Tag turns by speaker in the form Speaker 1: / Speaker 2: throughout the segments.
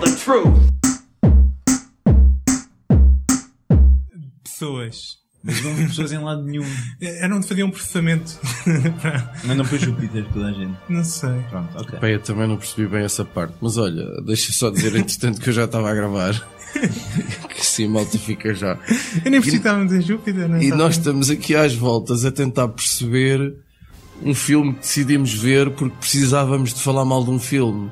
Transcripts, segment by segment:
Speaker 1: the truth.
Speaker 2: Pessoas.
Speaker 3: Mas não vi pessoas em lado nenhum.
Speaker 2: Era onde faziam um processamento. Para-
Speaker 3: Mandam para Júpiter toda a gente.
Speaker 2: não sei.
Speaker 3: Pronto, ok.
Speaker 4: Pá, eu também não percebi bem essa parte. Mas olha, deixa só dizer, entretanto, que eu já estava a gravar. que assim a malta fica já.
Speaker 2: Eu nem percebi que estávamos em Júpiter, não é?
Speaker 4: E nós estamos aqui às voltas a tentar perceber um filme que decidimos ver porque precisávamos de falar mal de um filme.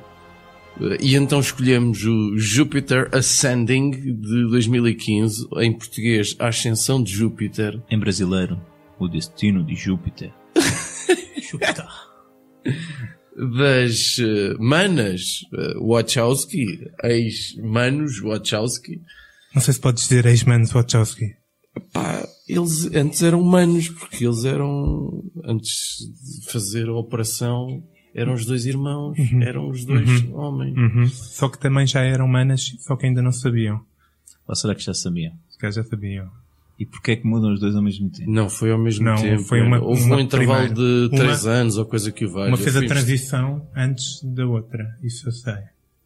Speaker 4: Eh, E então escolhemos o Júpiter Ascending de 2015, em português A Ascensão de Júpiter.
Speaker 3: Em brasileiro, o destino de Júpiter.
Speaker 2: Júpiter.
Speaker 4: das eh, manas eh, Wachowski, ex-manos Wachowski.
Speaker 2: Não sei se podes dizer ex-manos Wachowski.
Speaker 4: Pá, eles antes eram manos, porque eles eram, antes de fazer a operação, eram os dois irmãos, eram os dois homens.
Speaker 2: Uhum. Só que também já eram manas, só que ainda não sabiam.
Speaker 3: Ou será que já sabia?
Speaker 2: Os caras já sabiam.
Speaker 3: E porquê é que mudam os dois ao mesmo tempo?
Speaker 4: Não, foi ao mesmo
Speaker 2: Não,
Speaker 4: tempo.
Speaker 2: foi uma-
Speaker 4: era- Houve um
Speaker 2: uma
Speaker 4: intervalo
Speaker 2: primeira.
Speaker 4: de três
Speaker 2: Uma-
Speaker 4: anos ou coisa que vai.
Speaker 2: Uma fez a transição antes da outra, isso eu sei.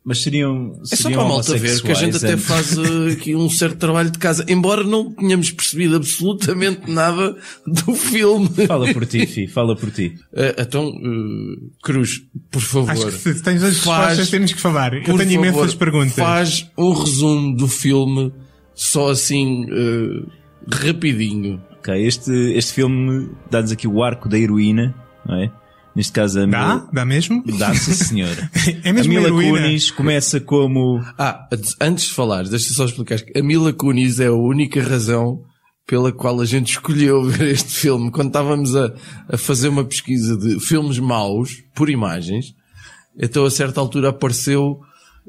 Speaker 3: Mas seriam.
Speaker 4: É só
Speaker 3: seriam
Speaker 4: para a malta ver que a gente até
Speaker 3: homossexuais
Speaker 4: faz eh, aqui um certo trabalho de casa, embora não tenhamos percebido absolutamente nada do filme.
Speaker 3: antes? Fala por ti, Fi, fala por ti.
Speaker 4: Eh, então, eh, Cruz, por favor.
Speaker 2: Acho que se tens as
Speaker 4: Faz-
Speaker 2: respostas, temos que falar. Eu tenho
Speaker 4: por favor,
Speaker 2: imensas perguntas.
Speaker 4: Faz um resumo do filme, só assim, eh, rapidinho.
Speaker 3: Ok, este, este filme dá-nos aqui o arco da heroína, não é? Neste caso,
Speaker 2: Dá?
Speaker 3: a Mila-
Speaker 2: Dá mesmo?
Speaker 3: Dá, sim, senhor.
Speaker 2: É mesmo
Speaker 3: a Mila
Speaker 2: heroína?
Speaker 3: Kunis começa como.
Speaker 4: Ah, antes- antes de falar, deixa só explicar que a Mila Kunis é a única razão pela qual a gente escolheu ver este filme. Quando estávamos a, a fazer uma pesquisa de filmes maus, por imagens, então a certa altura apareceu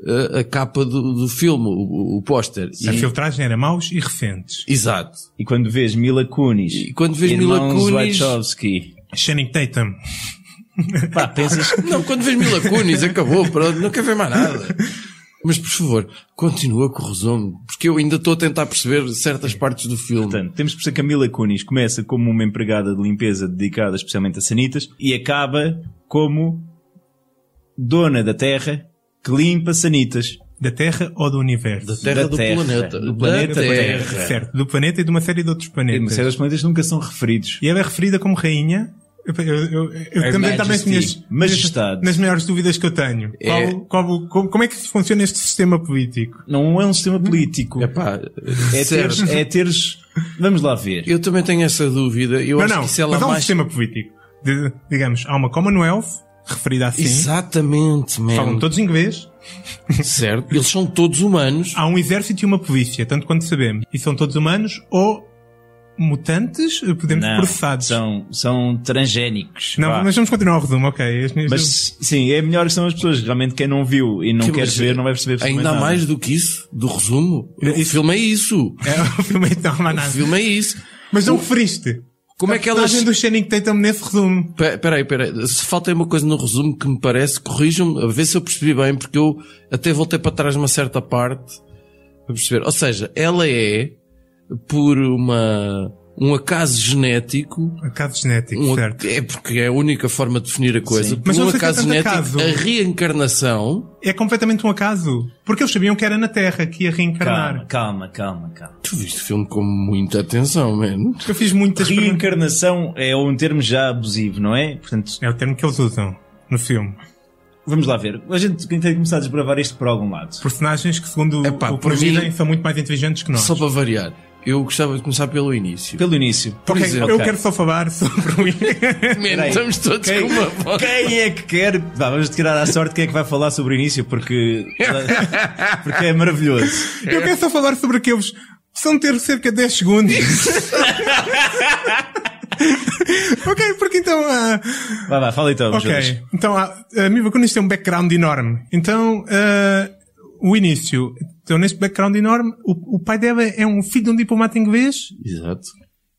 Speaker 4: eh, a capa do, do filme, o, o- o póster.
Speaker 2: A
Speaker 4: E-
Speaker 2: filtragem era maus e recentes.
Speaker 4: Exato.
Speaker 3: E quando vês Mila Kunis.
Speaker 4: E quando vês Mila
Speaker 3: irmãos
Speaker 4: Kunis-
Speaker 3: Wachowski.
Speaker 2: Channing Tatum.
Speaker 3: Pá, pensas que.
Speaker 4: Não, quando vês Mila Kunis, acabou, pronto, não quer ver mais nada. Mas, por favor, continua com o resumo, porque eu ainda estou a tentar perceber certas partes do filme.
Speaker 3: Portanto, temos por ser que a Mila Kunis começa como uma empregada de limpeza dedicada especialmente a sanitas e acaba como dona da terra que limpa sanitas.
Speaker 2: Da Terra ou do Universo?
Speaker 4: da Terra
Speaker 3: da
Speaker 4: do
Speaker 3: Terra,
Speaker 4: planeta.
Speaker 3: do planeta
Speaker 4: da Terra.
Speaker 3: Terra.
Speaker 2: Certo, do planeta e de uma série de outros
Speaker 4: É,
Speaker 3: Mas
Speaker 2: planetas.
Speaker 3: certos planetas nunca são referidos.
Speaker 2: E ela é referida como rainha. Eu, eu- eu- eu
Speaker 3: Her
Speaker 2: também está nas
Speaker 3: Majesty,
Speaker 2: minhas,
Speaker 3: Majestade.
Speaker 2: nas maiores dúvidas que eu tenho.
Speaker 4: É.
Speaker 2: Qual- qual- como, como é que funciona este sistema político?
Speaker 3: Não é um sistema político.
Speaker 4: Epá,
Speaker 3: É
Speaker 4: certo.
Speaker 3: teres, é teres. Vamos lá ver.
Speaker 4: Eu também tenho essa dúvida. Eu
Speaker 2: Mas
Speaker 4: acho
Speaker 2: não,
Speaker 4: que
Speaker 2: mas
Speaker 4: se ela
Speaker 2: há um
Speaker 4: mais...
Speaker 2: sistema político. De- digamos, há uma Commonwealth, referida assim.
Speaker 4: Exatamente, man.
Speaker 2: Falam todos inglês.
Speaker 4: Certo. Eles são todos humanos.
Speaker 2: Há um exército e uma polícia, tanto quanto sabemos. E são todos humanos ou mutantes, podemos
Speaker 3: Não,
Speaker 2: processados.
Speaker 3: São, são transgénicos.
Speaker 2: Não,
Speaker 3: vá.
Speaker 2: mas vamos continuar o resumo, ok. Este- este-
Speaker 3: Mas sim, é melhor que são as pessoas. Realmente quem não viu e não
Speaker 4: Que-
Speaker 3: quer
Speaker 4: mas
Speaker 3: ver não vai perceber
Speaker 4: Ainda há
Speaker 3: absolutamente
Speaker 4: mais
Speaker 3: nada.
Speaker 4: do que isso, do resumo. O
Speaker 2: Isso-
Speaker 4: filme é isso.
Speaker 2: É, o filme então, não há
Speaker 4: O
Speaker 2: nada.
Speaker 4: filme é isso.
Speaker 2: Mas não referiste.
Speaker 4: Como é que
Speaker 2: A
Speaker 4: elas...
Speaker 2: personagem do Channing Tatum nesse resumo.
Speaker 4: Pe- Peraí, peraí. Se falta aí uma coisa no resumo que me parece, corrijam-me, a ver se eu percebi bem, porque eu até voltei para trás uma certa parte para perceber. Ou seja, ela é, por uma, um acaso genético,
Speaker 2: Acaso genético,
Speaker 4: um, ac-
Speaker 2: certo.
Speaker 4: é porque é a única forma de definir a coisa,
Speaker 3: Sim.
Speaker 4: por
Speaker 2: Mas
Speaker 4: um
Speaker 2: não sei se é
Speaker 4: acaso
Speaker 2: tanto
Speaker 4: genético,
Speaker 2: acaso.
Speaker 4: a reencarnação.
Speaker 2: É completamente um acaso. Porque eles sabiam que era na Terra que ia
Speaker 3: Calma,
Speaker 2: reencarnar.
Speaker 3: calma, calma, calma.
Speaker 4: Tu viste o filme com muita atenção, mano.
Speaker 2: Eu fiz muitas perguntas.
Speaker 3: Reencarnação é um termo já abusivo, não é? Portanto,
Speaker 2: É o termo que eles usam no filme.
Speaker 3: vamos lá ver. A gente tem que começar a desbravar isto por algum lado.
Speaker 2: Personagens que, segundo
Speaker 4: Epá,
Speaker 2: o que
Speaker 4: por
Speaker 2: nos
Speaker 4: mim-
Speaker 2: dizem, são muito mais inteligentes que nós.
Speaker 4: Só para variar. Eu gostava de começar pelo início.
Speaker 3: Pelo início.
Speaker 4: Por
Speaker 2: Ok,
Speaker 4: exemplo.
Speaker 2: Eu
Speaker 3: Ok.
Speaker 2: quero só falar sobre o
Speaker 4: Man,
Speaker 3: Peraí.
Speaker 4: estamos todos
Speaker 3: Quem,
Speaker 4: com uma voz.
Speaker 3: quem é que quer? Vá, vamos tirar à sorte quem é que vai falar sobre o início, porque, porque é maravilhoso.
Speaker 2: Eu quero só falar sobre aqueles que são ter cerca de 10 segundos. ok, porque então. ah,
Speaker 3: Vá, vá, fala então,
Speaker 2: ok,
Speaker 3: Judas.
Speaker 2: então ah, a Miva Kunis tem um background enorme. Então, ah, o início. Então, neste background enorme, o, o pai dela é um filho de um diplomata inglês
Speaker 4: Exato.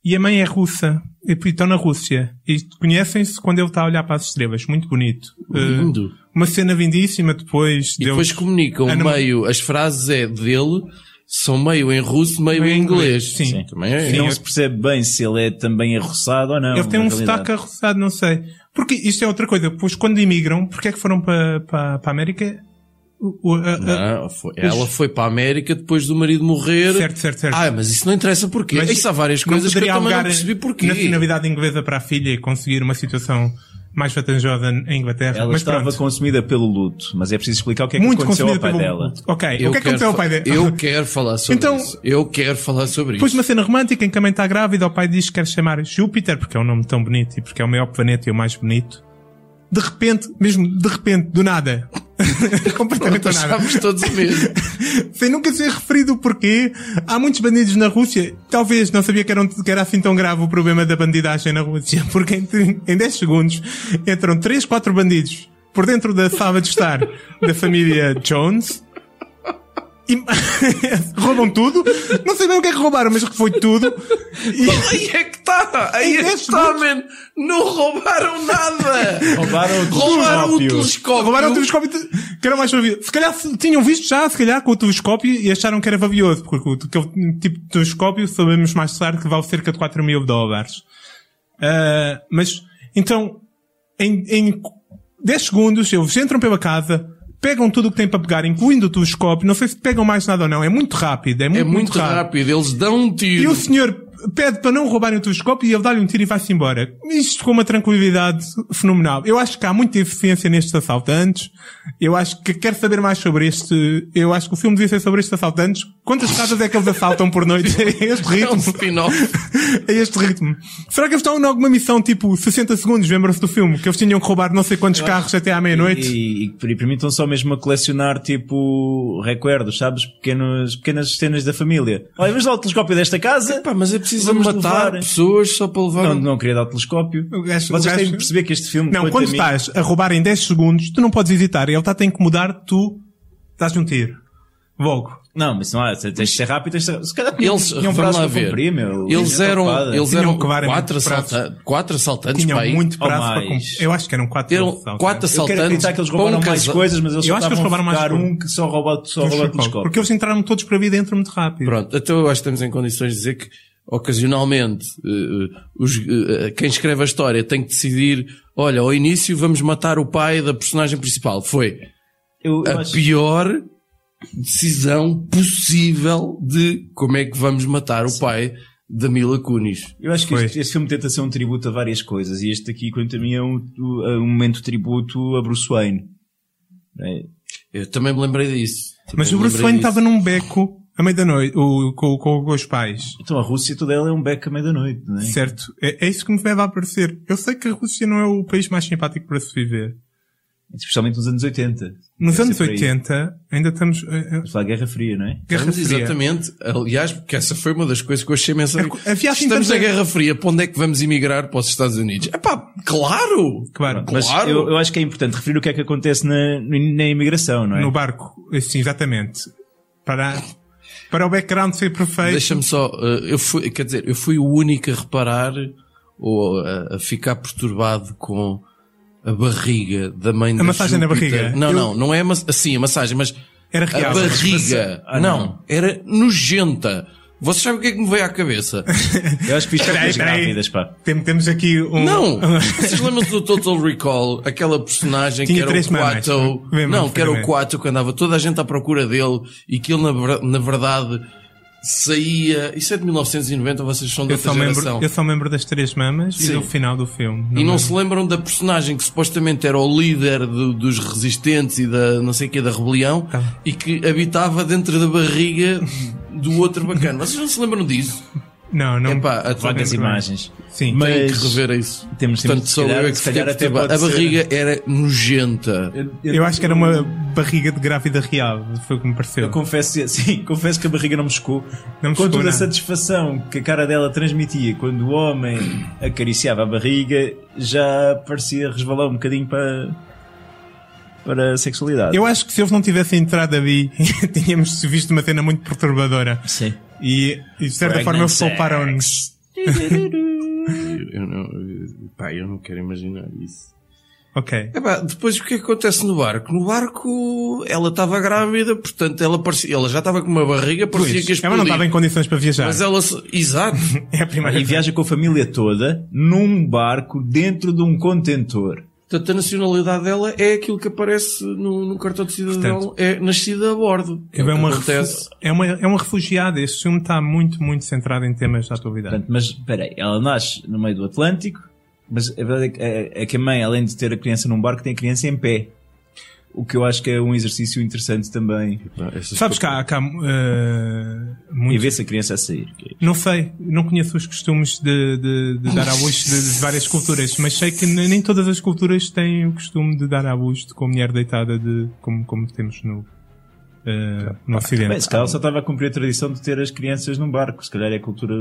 Speaker 2: e a mãe é russa. E por- estão na Rússia. E conhecem-se quando ele está a olhar para as estrelas. Muito bonito. Ah,
Speaker 4: Lindo.
Speaker 2: uma cena lindíssima depois.
Speaker 4: E
Speaker 2: deles-
Speaker 4: depois comunicam
Speaker 2: Ana-
Speaker 4: meio, as frases é dele, são meio em russo, meio
Speaker 2: Meio
Speaker 4: em
Speaker 2: em
Speaker 4: inglês.
Speaker 2: inglês, sim.
Speaker 4: Também é.
Speaker 3: não
Speaker 2: eu-
Speaker 3: se percebe bem se ele é também arroçado ou não.
Speaker 2: Eles têm
Speaker 3: na
Speaker 2: um
Speaker 3: realidade.
Speaker 2: sotaque arroçado, não sei. Porque isto é outra coisa. Pois quando imigram, porque é que foram para, para, para a América? o- a- a-
Speaker 4: Não, Ah, foi- ela foi para a América depois do marido morrer.
Speaker 2: Certo, certo, certo.
Speaker 4: Ah, mas isso não interessa porquê.
Speaker 2: Mas
Speaker 4: isso há várias
Speaker 2: não
Speaker 4: coisas que eu
Speaker 2: poderia
Speaker 4: também não
Speaker 2: alegar
Speaker 4: percebi porquê.
Speaker 2: Nacionalidade inglesa para a filha e conseguir uma situação mais vantajosa em Inglaterra.
Speaker 3: Ela
Speaker 2: mas
Speaker 3: estava
Speaker 2: pronto,
Speaker 3: consumida pelo luto, mas é preciso explicar o que é que
Speaker 2: muito
Speaker 3: aconteceu ao
Speaker 2: consumida
Speaker 3: pai
Speaker 2: pelo.
Speaker 3: dela.
Speaker 2: Ok, o que é que
Speaker 4: quero
Speaker 2: aconteceu ao pai
Speaker 4: fa-
Speaker 2: dela?
Speaker 4: Eu quero falar sobre
Speaker 2: Então-
Speaker 4: isso. Eu quero falar sobre
Speaker 2: Depois
Speaker 4: isso.
Speaker 2: uma cena romântica em que a mãe está grávida, o pai diz que quer chamar Júpiter, porque é um nome tão bonito e porque é o maior planeta e o mais bonito. De repente, mesmo de repente, do nada. Completamente do
Speaker 4: Nós
Speaker 2: nada.
Speaker 4: estávamos todos o mesmo.
Speaker 2: Sem nunca ser referido o porquê. Há muitos bandidos na Rússia. Talvez não sabia que era, um- que era assim tão grave o problema da bandidagem na Rússia, porque em, tri- em 10 segundos entram 3, 4 bandidos por dentro da sala de estar da família Jones. E roubam tudo. Não sei bem o que é que roubaram, mas foi tudo. E
Speaker 4: Aí é que está, aí
Speaker 2: Em
Speaker 4: é que
Speaker 2: dez
Speaker 4: está, man. Não roubaram nada.
Speaker 3: Roubaram o
Speaker 4: Roubaram o
Speaker 3: telescópio.
Speaker 4: telescópio. É
Speaker 2: roubaram o telescópio. de- Que era mais valioso. Se calhar se- tinham visto já, se calhar, com o telescópio e acharam que era valioso, porque o- aquele tipo de telescópio sabemos mais tarde que vale cerca de 4 mil dólares. Ah, mas, então, em, em 10 segundos, eles entram pela casa, pegam tudo o que têm para pegar, incluindo o telescópio. Não sei se pegam mais nada ou não. É muito rápido. É muito,
Speaker 4: É muito
Speaker 2: rápido.
Speaker 4: rápido, eles dão um
Speaker 2: E
Speaker 4: tiro.
Speaker 2: o senhor pede para não roubarem o telescópio e ele dá-lhe um tiro e vai-se embora. Isto com uma tranquilidade fenomenal. Eu acho que há muita eficiência nestes assaltantes. Eu acho que quero saber mais sobre este. Eu acho que o filme devia ser sobre estes assaltantes. Quantas casas é que eles assaltam por noite a este
Speaker 4: É um
Speaker 2: ritmo?
Speaker 4: spin-off.
Speaker 2: A este ritmo. Será que eles estão em alguma missão tipo 60 segundos? Lembram-se do filme? Que eles tinham que roubar não sei quantos carros até à meia-noite?
Speaker 3: E, e, e permitam só mesmo a colecionar tipo recuerdos, sabes? Pequenos, pequenas cenas da família. Olha, vamos lá o telescópio desta casa.
Speaker 4: Pá, mas é preciso
Speaker 3: Vamos
Speaker 4: matar
Speaker 3: levar.
Speaker 4: pessoas só para levar.
Speaker 3: Não,
Speaker 4: um-
Speaker 3: não queria dar o telescópio.
Speaker 2: O gajo- o
Speaker 3: Vocês
Speaker 2: gajo-
Speaker 3: têm de perceber que este filme.
Speaker 2: Não,
Speaker 3: quanto
Speaker 2: quando
Speaker 3: a mim-
Speaker 2: estás a roubar em 10 segundos, tu não podes hesitar. Ele tá, está a incomodar, tu dás-lhe um tiro. Logo.
Speaker 3: Não, mas não há. Tens de ser rápido. Tens de ser... Se calhar tinha-
Speaker 4: Eles,
Speaker 3: tinha um
Speaker 4: vamos
Speaker 3: prazo
Speaker 4: lá
Speaker 3: para
Speaker 4: ver.
Speaker 3: cumprir, meu.
Speaker 4: eles
Speaker 3: Tinha
Speaker 4: eram,
Speaker 3: preocupada.
Speaker 4: eles
Speaker 2: Tinham
Speaker 4: eram
Speaker 2: que levar em
Speaker 4: quatro,
Speaker 2: muitos
Speaker 4: assalta- quatro assaltantes
Speaker 2: Tinham
Speaker 4: para aí.
Speaker 2: muito
Speaker 3: Ou
Speaker 2: prazo para
Speaker 3: mais.
Speaker 2: cumprir. Eu acho que eram quatro
Speaker 4: Eram
Speaker 2: assaltos, né?
Speaker 4: quatro
Speaker 3: Eu quero
Speaker 4: assaltantes
Speaker 3: acreditar que eles roubaram
Speaker 4: para um
Speaker 3: mais
Speaker 4: casal-
Speaker 3: coisas, mas eles
Speaker 2: Eu
Speaker 3: só
Speaker 2: acho que eles
Speaker 3: estavam a
Speaker 2: roubaram mais
Speaker 3: focar
Speaker 2: coisas.
Speaker 3: um que só roubou, só roubou o telescópio.
Speaker 2: Porque eles entraram todos para a vida dentro muito rápido.
Speaker 4: Pronto, então eu acho que estamos em condições de dizer que, ocasionalmente, eh, eh, os- eh, eh, quem escreve a história tem que decidir, olha, ao início vamos matar o pai da personagem principal. Foi
Speaker 3: Eu, eu
Speaker 4: a
Speaker 3: acho-
Speaker 4: pior decisão possível de como é que vamos matar o pai da Mila Kunis.
Speaker 3: Eu acho que
Speaker 2: Foi.
Speaker 3: este, este filme tenta ser um tributo a várias coisas e este aqui, quanto a mim, é um, é um momento de tributo a Bruce Wayne. É,
Speaker 4: Eu também me lembrei disso. Também
Speaker 2: Mas
Speaker 4: me
Speaker 2: o Bruce
Speaker 4: lembrei
Speaker 2: Wayne
Speaker 4: disso.
Speaker 2: estava num beco à meia-noite o- com, com- com os pais.
Speaker 3: Então a Rússia toda ela é um beco à meia-noite, não é?
Speaker 2: Certo? É, é isso que me leva a aparecer. Eu sei que a Rússia não é o país mais simpático para se viver.
Speaker 3: Especialmente nos anos 80.
Speaker 2: Nos
Speaker 3: Deve
Speaker 2: anos
Speaker 3: ser por aí.
Speaker 2: 80, ainda estamos. eh, eh,
Speaker 3: Vamos falar de Guerra Fria, não é?
Speaker 2: Guerra
Speaker 4: Estamos
Speaker 2: Fria. É
Speaker 4: Exatamente. Aliás, porque essa foi uma das coisas que eu achei imensa.
Speaker 2: A- a viagem
Speaker 4: Estamos na
Speaker 2: interna-
Speaker 4: Guerra Fria, para onde é que vamos emigrar para os Estados Unidos? É pá, claro!
Speaker 2: Claro.
Speaker 3: Mas
Speaker 4: Claro.
Speaker 3: eu, eu acho que é importante referir o que é que acontece na, na imigração, não é?
Speaker 2: No barco. Eh, Sim, exatamente. Para, para o background ser perfeito.
Speaker 4: Deixa-me só, eh, eu fui, quer dizer, eu fui o único a reparar ou a, a ficar perturbado com a barriga da mãe da
Speaker 2: massagem na
Speaker 4: Júpiter.
Speaker 2: barriga?
Speaker 4: Não,
Speaker 2: Eu-
Speaker 4: não, não é mas- assim a massagem, mas
Speaker 2: Era
Speaker 4: a
Speaker 2: real.
Speaker 4: barriga.
Speaker 3: Ah,
Speaker 4: não.
Speaker 3: não.
Speaker 4: era nojenta. Você sabe o que é que me veio à cabeça?
Speaker 3: Eu acho que fiz
Speaker 2: Peraí,
Speaker 3: coisas
Speaker 2: peraí.
Speaker 3: grávidas, pá.
Speaker 2: Tem- Temos aqui um.
Speaker 4: não! Vocês lembram-se do Total Recall? Aquela personagem
Speaker 2: Tinha
Speaker 4: que era
Speaker 2: três
Speaker 4: o
Speaker 2: mamas,
Speaker 4: Quato.
Speaker 2: não? Lembro-me
Speaker 4: Não, que era o
Speaker 2: perfeitamente.
Speaker 4: Quato que andava toda a gente à procura dele e que ele na, ver- na verdade saía. Isso é de 1990, vocês são da
Speaker 2: Eu
Speaker 4: outra
Speaker 2: só, lembro,
Speaker 4: geração.
Speaker 2: eu só lembro das três mamas
Speaker 4: Sim.
Speaker 2: e do final do filme.
Speaker 4: E não
Speaker 2: lembro.
Speaker 4: se lembram da personagem que supostamente era o líder do- dos resistentes e da não sei o que da rebelião
Speaker 2: Tá.
Speaker 4: e que habitava dentro da barriga do outro bacana. Vocês não se lembram disso?
Speaker 2: Não, não.
Speaker 4: Epá, a
Speaker 2: não
Speaker 3: Vagas
Speaker 2: lembro bem.
Speaker 3: imagens.
Speaker 2: Sim.
Speaker 3: Mas-
Speaker 4: Tem que rever isso.
Speaker 3: Temos- temos
Speaker 4: Portanto,
Speaker 3: de
Speaker 4: só
Speaker 3: calhar-
Speaker 4: eu é que
Speaker 3: se
Speaker 4: fiquei
Speaker 3: calhar até
Speaker 4: perturbado. A
Speaker 3: pode ser-
Speaker 4: barriga era nojenta.
Speaker 2: Eu acho que é era uma barriga de grávida real, foi o que me pareceu.
Speaker 3: Eu confesso, sim, confesso que a barriga não me chocou.
Speaker 2: Não me chocou
Speaker 3: Contudo, a
Speaker 2: nada.
Speaker 3: satisfação que a cara dela transmitia quando o homem acariciava a barriga já parecia resvalar um bocadinho para, para a sexualidade.
Speaker 2: Eu acho que se eles não tivessem entrado ali, tínhamos visto uma cena muito perturbadora.
Speaker 3: Sim.
Speaker 2: E, e, de certa
Speaker 3: Pregnant
Speaker 2: forma eles
Speaker 3: sex.
Speaker 2: pouparam-nos.
Speaker 4: Eu, eu não, eu- pá, eu não quero imaginar isso.
Speaker 2: Ok.
Speaker 4: Epá, depois o que é que acontece no barco? No barco ela estava grávida, portanto ela, parecia, ela já estava com uma barriga, parecia que
Speaker 2: Pois,
Speaker 4: explodia.
Speaker 2: ela não estava em condições para viajar.
Speaker 4: Mas ela... se- Exato.
Speaker 2: É a primeira
Speaker 3: E
Speaker 2: vez.
Speaker 3: viaja com a família toda num barco dentro de um contentor.
Speaker 4: Portanto, a nacionalidade dela é aquilo que aparece no, no cartão de cidadão,
Speaker 2: Portanto,
Speaker 4: é nascida a bordo.
Speaker 2: É,
Speaker 4: o que
Speaker 2: uma,
Speaker 4: acontece.
Speaker 2: refu- é, uma, é uma refugiada. Este filme está muito, muito centrado em temas da atualidade.
Speaker 3: Portanto, mas peraí, ela nasce no meio do Atlântico, mas a verdade é que, é- é que a mãe, além de ter a criança num barco, tem a criança em pé. O que eu acho que é um exercício interessante também.
Speaker 4: Não, essas
Speaker 2: Sabes
Speaker 4: coisas-
Speaker 2: que há, que há, eh,
Speaker 3: E
Speaker 2: muito-
Speaker 3: vê-se a criança a sair.
Speaker 2: Não sei, não conheço os costumes de, de, de dar à luz de, de várias culturas, mas sei que n- nem todas as culturas têm o costume de dar à luz de- com a mulher deitada de, como, como temos no, eh, no
Speaker 3: Bem,
Speaker 2: Ocidente.
Speaker 3: se calhar ela só estava a cumprir a tradição de ter as crianças num barco. Se calhar é a cultura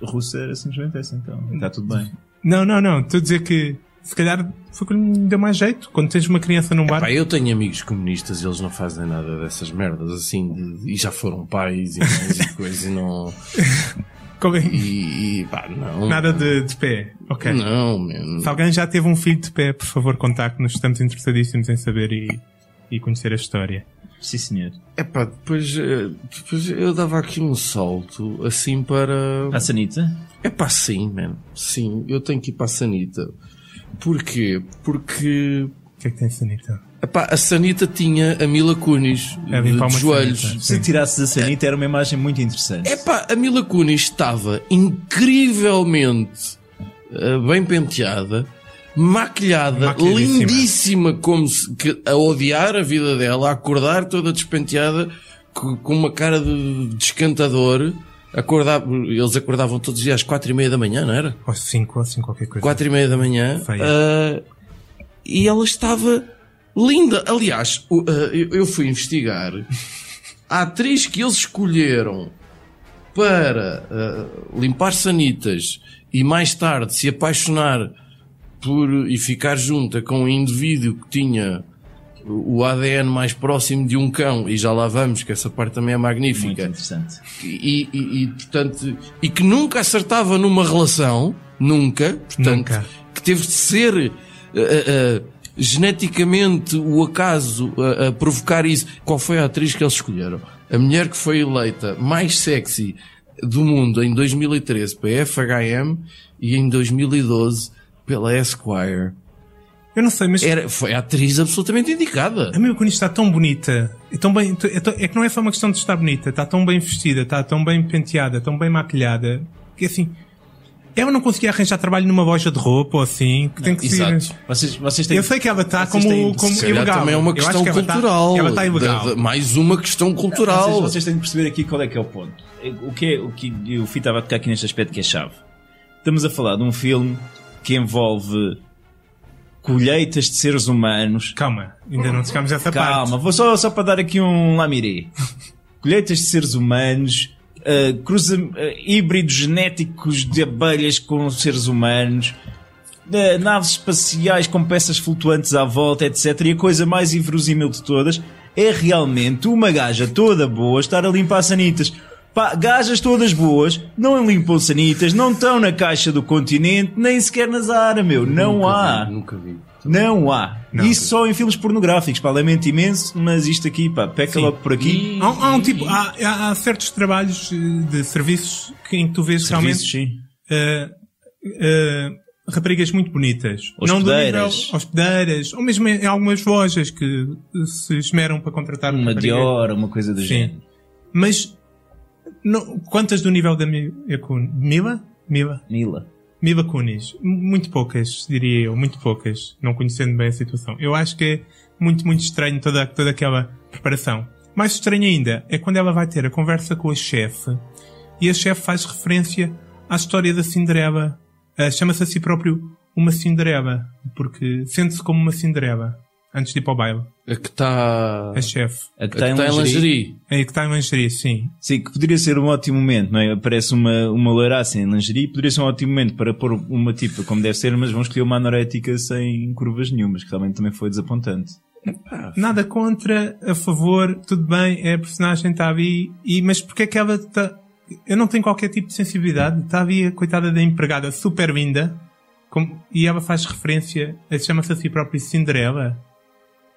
Speaker 3: russa era simplesmente essa, então. Está tudo bem.
Speaker 2: Não, não, não, estou a dizer que se calhar foi que lhe deu mais jeito quando tens uma criança num bar.
Speaker 4: Pá, eu tenho amigos comunistas e eles não fazem nada dessas merdas assim de- e já foram pais e mães e coisas e não.
Speaker 2: como é-
Speaker 4: E, e pá, não.
Speaker 2: Nada de, de pé. Ok.
Speaker 4: Não, man.
Speaker 2: Se alguém já teve um filho de pé, por favor, contacte-nos. Estamos interessadíssimos em saber e, e conhecer a história.
Speaker 3: Sim, senhor.
Speaker 4: É pá, depois, eh, depois eu dava aqui um salto assim para.
Speaker 3: A Sanita?
Speaker 4: É pá, sim, man. Sim, eu tenho que ir para a Sanita. Porquê? Porque.
Speaker 2: O que é que tem, Sanita?
Speaker 4: Epá, a Sanita tinha a Mila Kunis
Speaker 2: É,
Speaker 4: de,
Speaker 2: vim para
Speaker 4: de
Speaker 2: uma
Speaker 4: joelhos.
Speaker 2: Sanita.
Speaker 3: Se tirasses a Sanita era uma imagem muito interessante.
Speaker 4: Epá, a Mila Kunis estava incrivelmente ah, bem penteada, maquilhada,
Speaker 2: Maquilhadíssima.
Speaker 4: lindíssima, como se, que- a odiar a vida dela, a acordar toda despenteada, co- com uma cara de descantador. Acordava, eles acordavam todos os dias às quatro e meia da manhã, não era?
Speaker 2: Ou cinco, ou cinco, qualquer coisa.
Speaker 4: quatro e meia da manhã
Speaker 2: Feia.
Speaker 4: ah, e ela estava linda. Aliás, o- ah, eu eu fui investigar a atriz que eles escolheram para ah, limpar sanitas e mais tarde se apaixonar por e ficar junta com um indivíduo que tinha o o ADN mais próximo de um cão, e já lá vamos, que essa parte também é
Speaker 3: Muito
Speaker 4: magnífica
Speaker 3: interessante.
Speaker 4: e, e- e, portanto, e que nunca acertava numa relação, nunca, portanto,
Speaker 2: Nunca.
Speaker 4: que teve de ser eh, eh, eh, geneticamente o acaso a, a provocar isso. Qual foi a atriz que eles escolheram? A mulher que foi eleita mais sexy do mundo em 2013 pela FHM e em 2012 pela Esquire.
Speaker 2: Eu não sei, mas
Speaker 4: Era, foi a atriz absolutamente indicada.
Speaker 2: a minha Kunis está tão bonita. É, tão bem, é, tão- é que não é só uma questão de estar bonita. Está tão bem vestida, está tão bem penteada, tão bem maquilhada. Que assim, ela não conseguia arranjar trabalho numa loja de roupa ou assim. Que tem que ser.
Speaker 4: Exato.
Speaker 3: Vocês, vocês têm...
Speaker 2: Eu sei que ela está
Speaker 3: Vocês
Speaker 2: como,
Speaker 3: têm-
Speaker 2: como
Speaker 4: Se calhar
Speaker 2: ilegal.
Speaker 4: também é uma
Speaker 2: Eu acho
Speaker 4: questão
Speaker 2: que ela está-
Speaker 4: cultural.
Speaker 2: Ela está
Speaker 4: Da-
Speaker 2: ilegal.
Speaker 4: da- mais uma questão cultural.
Speaker 3: Vocês, vocês têm de perceber aqui qual é que é o ponto. O que é, o que o Fih estava a tocar aqui neste aspecto que é chave. Estamos a falar de um filme que envolve colheitas de seres humanos.
Speaker 2: Calma, ainda não chegámos a essa parte.
Speaker 3: Calma, vou só, só para dar aqui um lamiré. colheitas de seres humanos, ah, cruza, ah, híbridos genéticos de abelhas com seres humanos. ah, naves espaciais com peças flutuantes à volta, etc. E a coisa mais inverosímil de todas é realmente uma gaja toda boa estar a limpar sanitas. Pá, gajas todas boas não limpam sanitas, não estão na caixa do continente, nem sequer na Zara, meu. Não há.
Speaker 4: Nunca vi.
Speaker 3: Não há. Isso só em filmes pornográficos, pá, lamento imenso, mas isto aqui, pá, peca logo por aqui.
Speaker 2: Há, há um tipo, há, há- há certos trabalhos eh, de serviços que, em que tu vês
Speaker 3: Serviços,
Speaker 2: realmente
Speaker 3: sim.
Speaker 2: eh, eh, raparigas muito bonitas. Não do
Speaker 3: Hospedeiras.
Speaker 2: nível, hospedeiras, ou mesmo em algumas lojas que eh, se esmeram para contratar
Speaker 3: Uma
Speaker 2: raparigas.
Speaker 3: Dior, uma coisa do
Speaker 2: Sim.
Speaker 3: género.
Speaker 2: Mas não- quantas do nível da Mi- eh, Kun- Mila? Mila?
Speaker 3: Mila.
Speaker 2: Mila Kunis. M- Muito poucas, diria eu, muito poucas, não conhecendo bem a situação. Eu acho que é muito, muito estranho toda, toda aquela preparação. Mais estranho ainda é quando ela vai ter a conversa com a chefe e a chefe faz referência à história da Cinderela. Ah, Chama-se a si próprio uma Cinderela, porque sente-se como uma Cinderela antes de ir para o baile.
Speaker 4: A que está.
Speaker 2: A chefe.
Speaker 3: A que tá
Speaker 4: A que está em lingerie.
Speaker 2: É aí que está em lingerie, sim.
Speaker 3: Sim, que poderia ser um ótimo momento, não é? Aparece uma, uma loiraça em lingerie, poderia ser um ótimo momento para pôr uma tipa como deve ser, mas vão escolher uma anorética sem curvas nenhumas, que realmente também foi desapontante.
Speaker 2: Nada contra, a favor, tudo bem, é a personagem, está ali, e, mas porque é que ela está. Eu não tenho qualquer tipo de sensibilidade, está ali a coitada da empregada super linda, como- e ela faz referência, a- chama-se a si própria Cinderela.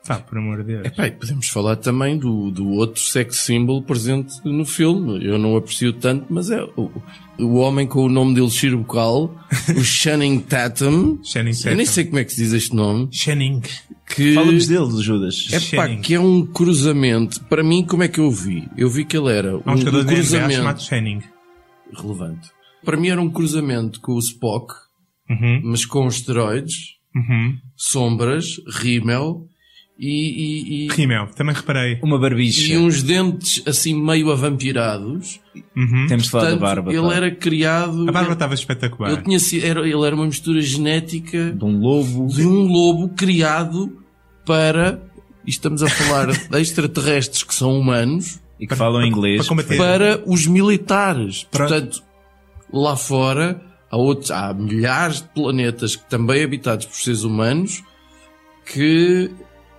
Speaker 2: Pá, por amor de Deus.
Speaker 4: Epá, e podemos falar também do, do outro sex symbol presente no filme. Eu não aprecio tanto, mas é o, o homem com o nome de Elixir Bucal, o Channing Tatum.
Speaker 2: Channing
Speaker 4: Eu
Speaker 2: Tatum.
Speaker 4: nem sei como é que se diz este nome.
Speaker 2: Channing.
Speaker 4: Que...
Speaker 3: Fala-nos dele, Judas.
Speaker 4: É pá,
Speaker 2: Channing.
Speaker 4: que é um cruzamento. Para mim, como é que eu vi? Eu vi que ele era um,
Speaker 2: Há um jogador
Speaker 4: um
Speaker 2: de NBA chamado
Speaker 4: cruzamento
Speaker 2: Channing.
Speaker 4: relevante. Para mim era um cruzamento com o Spock,
Speaker 2: Uhum.
Speaker 4: mas com esteroides,
Speaker 2: Uhum.
Speaker 4: sombras, rímel e, e- e,
Speaker 2: Rimmel, também reparei.
Speaker 3: Uma barbicha.
Speaker 4: e uns dentes assim meio avampirados.
Speaker 2: Uhum.
Speaker 3: Temos de falar
Speaker 4: Portanto,
Speaker 3: da barba. tá.
Speaker 4: ele
Speaker 3: pá.
Speaker 4: era criado.
Speaker 2: A barba tá
Speaker 4: ele,
Speaker 2: estava espetacular.
Speaker 4: ele tinha sido- era, ele era uma mistura genética
Speaker 3: De um lobo.
Speaker 4: de um lobo criado para. e Estamos a falar de extraterrestres que são humanos.
Speaker 3: E que falam inglês.
Speaker 2: para combater.
Speaker 4: para os militares.
Speaker 2: Para-
Speaker 4: Portanto, lá fora há, outros, há milhares de planetas que também habitados por seres humanos que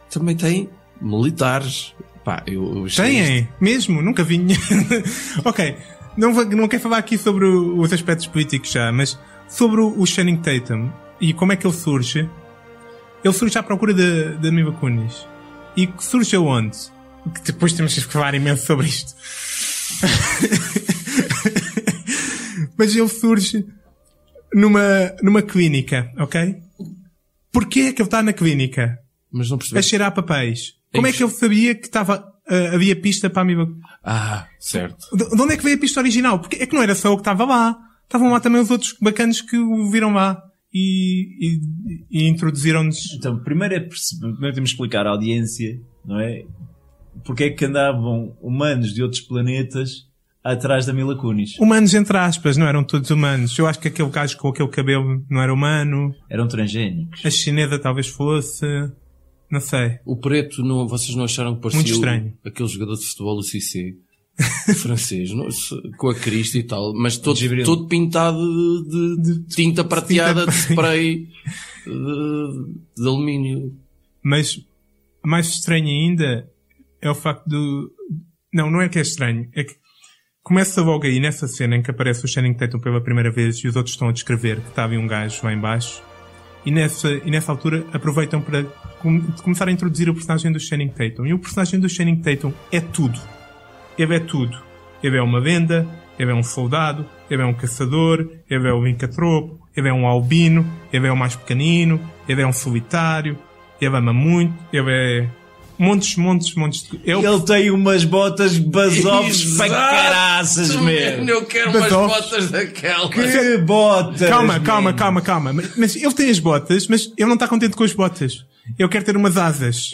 Speaker 4: também têm militares. Pá, eu, eu achei isto-
Speaker 2: Têm, é mesmo, nunca vi nenhum. ok, não, vou- não quero falar aqui sobre o- os aspectos políticos já, mas sobre o, o Channing Tatum e como é que ele surge. Ele surge à procura da da Mila Kunis. E que surge aonde? Que depois temos que falar imenso sobre isto. mas ele surge numa, numa clínica, ok? Porquê é que ele está na clínica?
Speaker 4: Mas não
Speaker 2: a
Speaker 4: percebi.
Speaker 2: cheirar papéis. Como é
Speaker 4: isso.
Speaker 2: que ele sabia que estava, ah, havia pista para a Amiba? De
Speaker 4: Ah, certo.
Speaker 2: de onde é que veio a pista original? Porque é que não era só o que estava lá. Estavam lá também os outros bacanos que o viram lá e, e- e introduziram-nos.
Speaker 3: Então, primeiro, é perce- primeiro temos que explicar à audiência, não é? Porque é que andavam humanos de outros planetas atrás da Mila Kunis.
Speaker 2: Humanos entre aspas, não eram todos humanos. Eu acho que aquele gajo com aquele cabelo não era humano.
Speaker 3: Eram transgénicos.
Speaker 2: A chinesa talvez fosse. Não sei.
Speaker 4: O preto, não, vocês não acharam que parecia
Speaker 2: Muito estranho.
Speaker 4: o- aquele jogador de futebol, o CC? francês, não? Se- com a crista e tal, mas todo,
Speaker 3: Gibril.
Speaker 4: todo pintado de, de tinta prateada, de spray de, de alumínio.
Speaker 2: Mas mais estranho ainda é o facto do. Não, não é que é estranho. É que começa logo aí nessa cena em que aparece o Channing Tatum pela primeira vez e os outros estão a descrever que estava aí um gajo lá em baixo. E nessa, e nessa altura aproveitam para com- começar a introduzir o personagem do Channing Tatum. E o personagem do Channing Tatum é tudo. Ele é tudo. Ele é uma venda, ele é um soldado, ele é um caçador, ele é um vincatropo, ele é um albino, ele é o mais pequenino, ele é um solitário, ele ama muito, ele é. Montes, montes, montes. de- É o
Speaker 3: Ele tem umas botas basófias
Speaker 4: Exato,
Speaker 3: para caraças,
Speaker 4: mesmo.
Speaker 3: mesmo.
Speaker 4: Eu quero
Speaker 2: Mas
Speaker 4: umas
Speaker 2: off.
Speaker 4: botas daquelas.
Speaker 3: Que botas!
Speaker 2: Calma,
Speaker 3: man.
Speaker 2: calma, calma, calma. Mas, mas ele tem as botas, mas ele não está contente com as botas. Eu quero ter umas asas.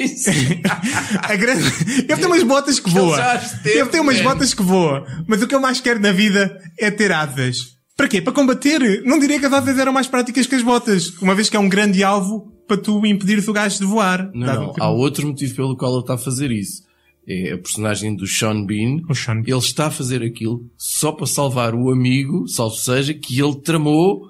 Speaker 2: A grande- Ele tem umas botas que voam.
Speaker 4: já as teve, né?
Speaker 2: Ele tem umas
Speaker 4: man.
Speaker 2: botas que voam. Mas o que eu mais quero na vida é ter asas. Para quê? Para combater? Não diria que as asas eram mais práticas que as botas. Uma vez que é um grande alvo para tu impedires o gajo de voar.
Speaker 4: Não,
Speaker 2: Dá-me
Speaker 4: não.
Speaker 2: tipo-
Speaker 4: Há outro motivo pelo qual ele está a fazer isso. É a personagem do Sean Bean.
Speaker 2: O Sean Bean.
Speaker 4: Ele está a fazer aquilo só para salvar o amigo, salvo seja, que ele tramou.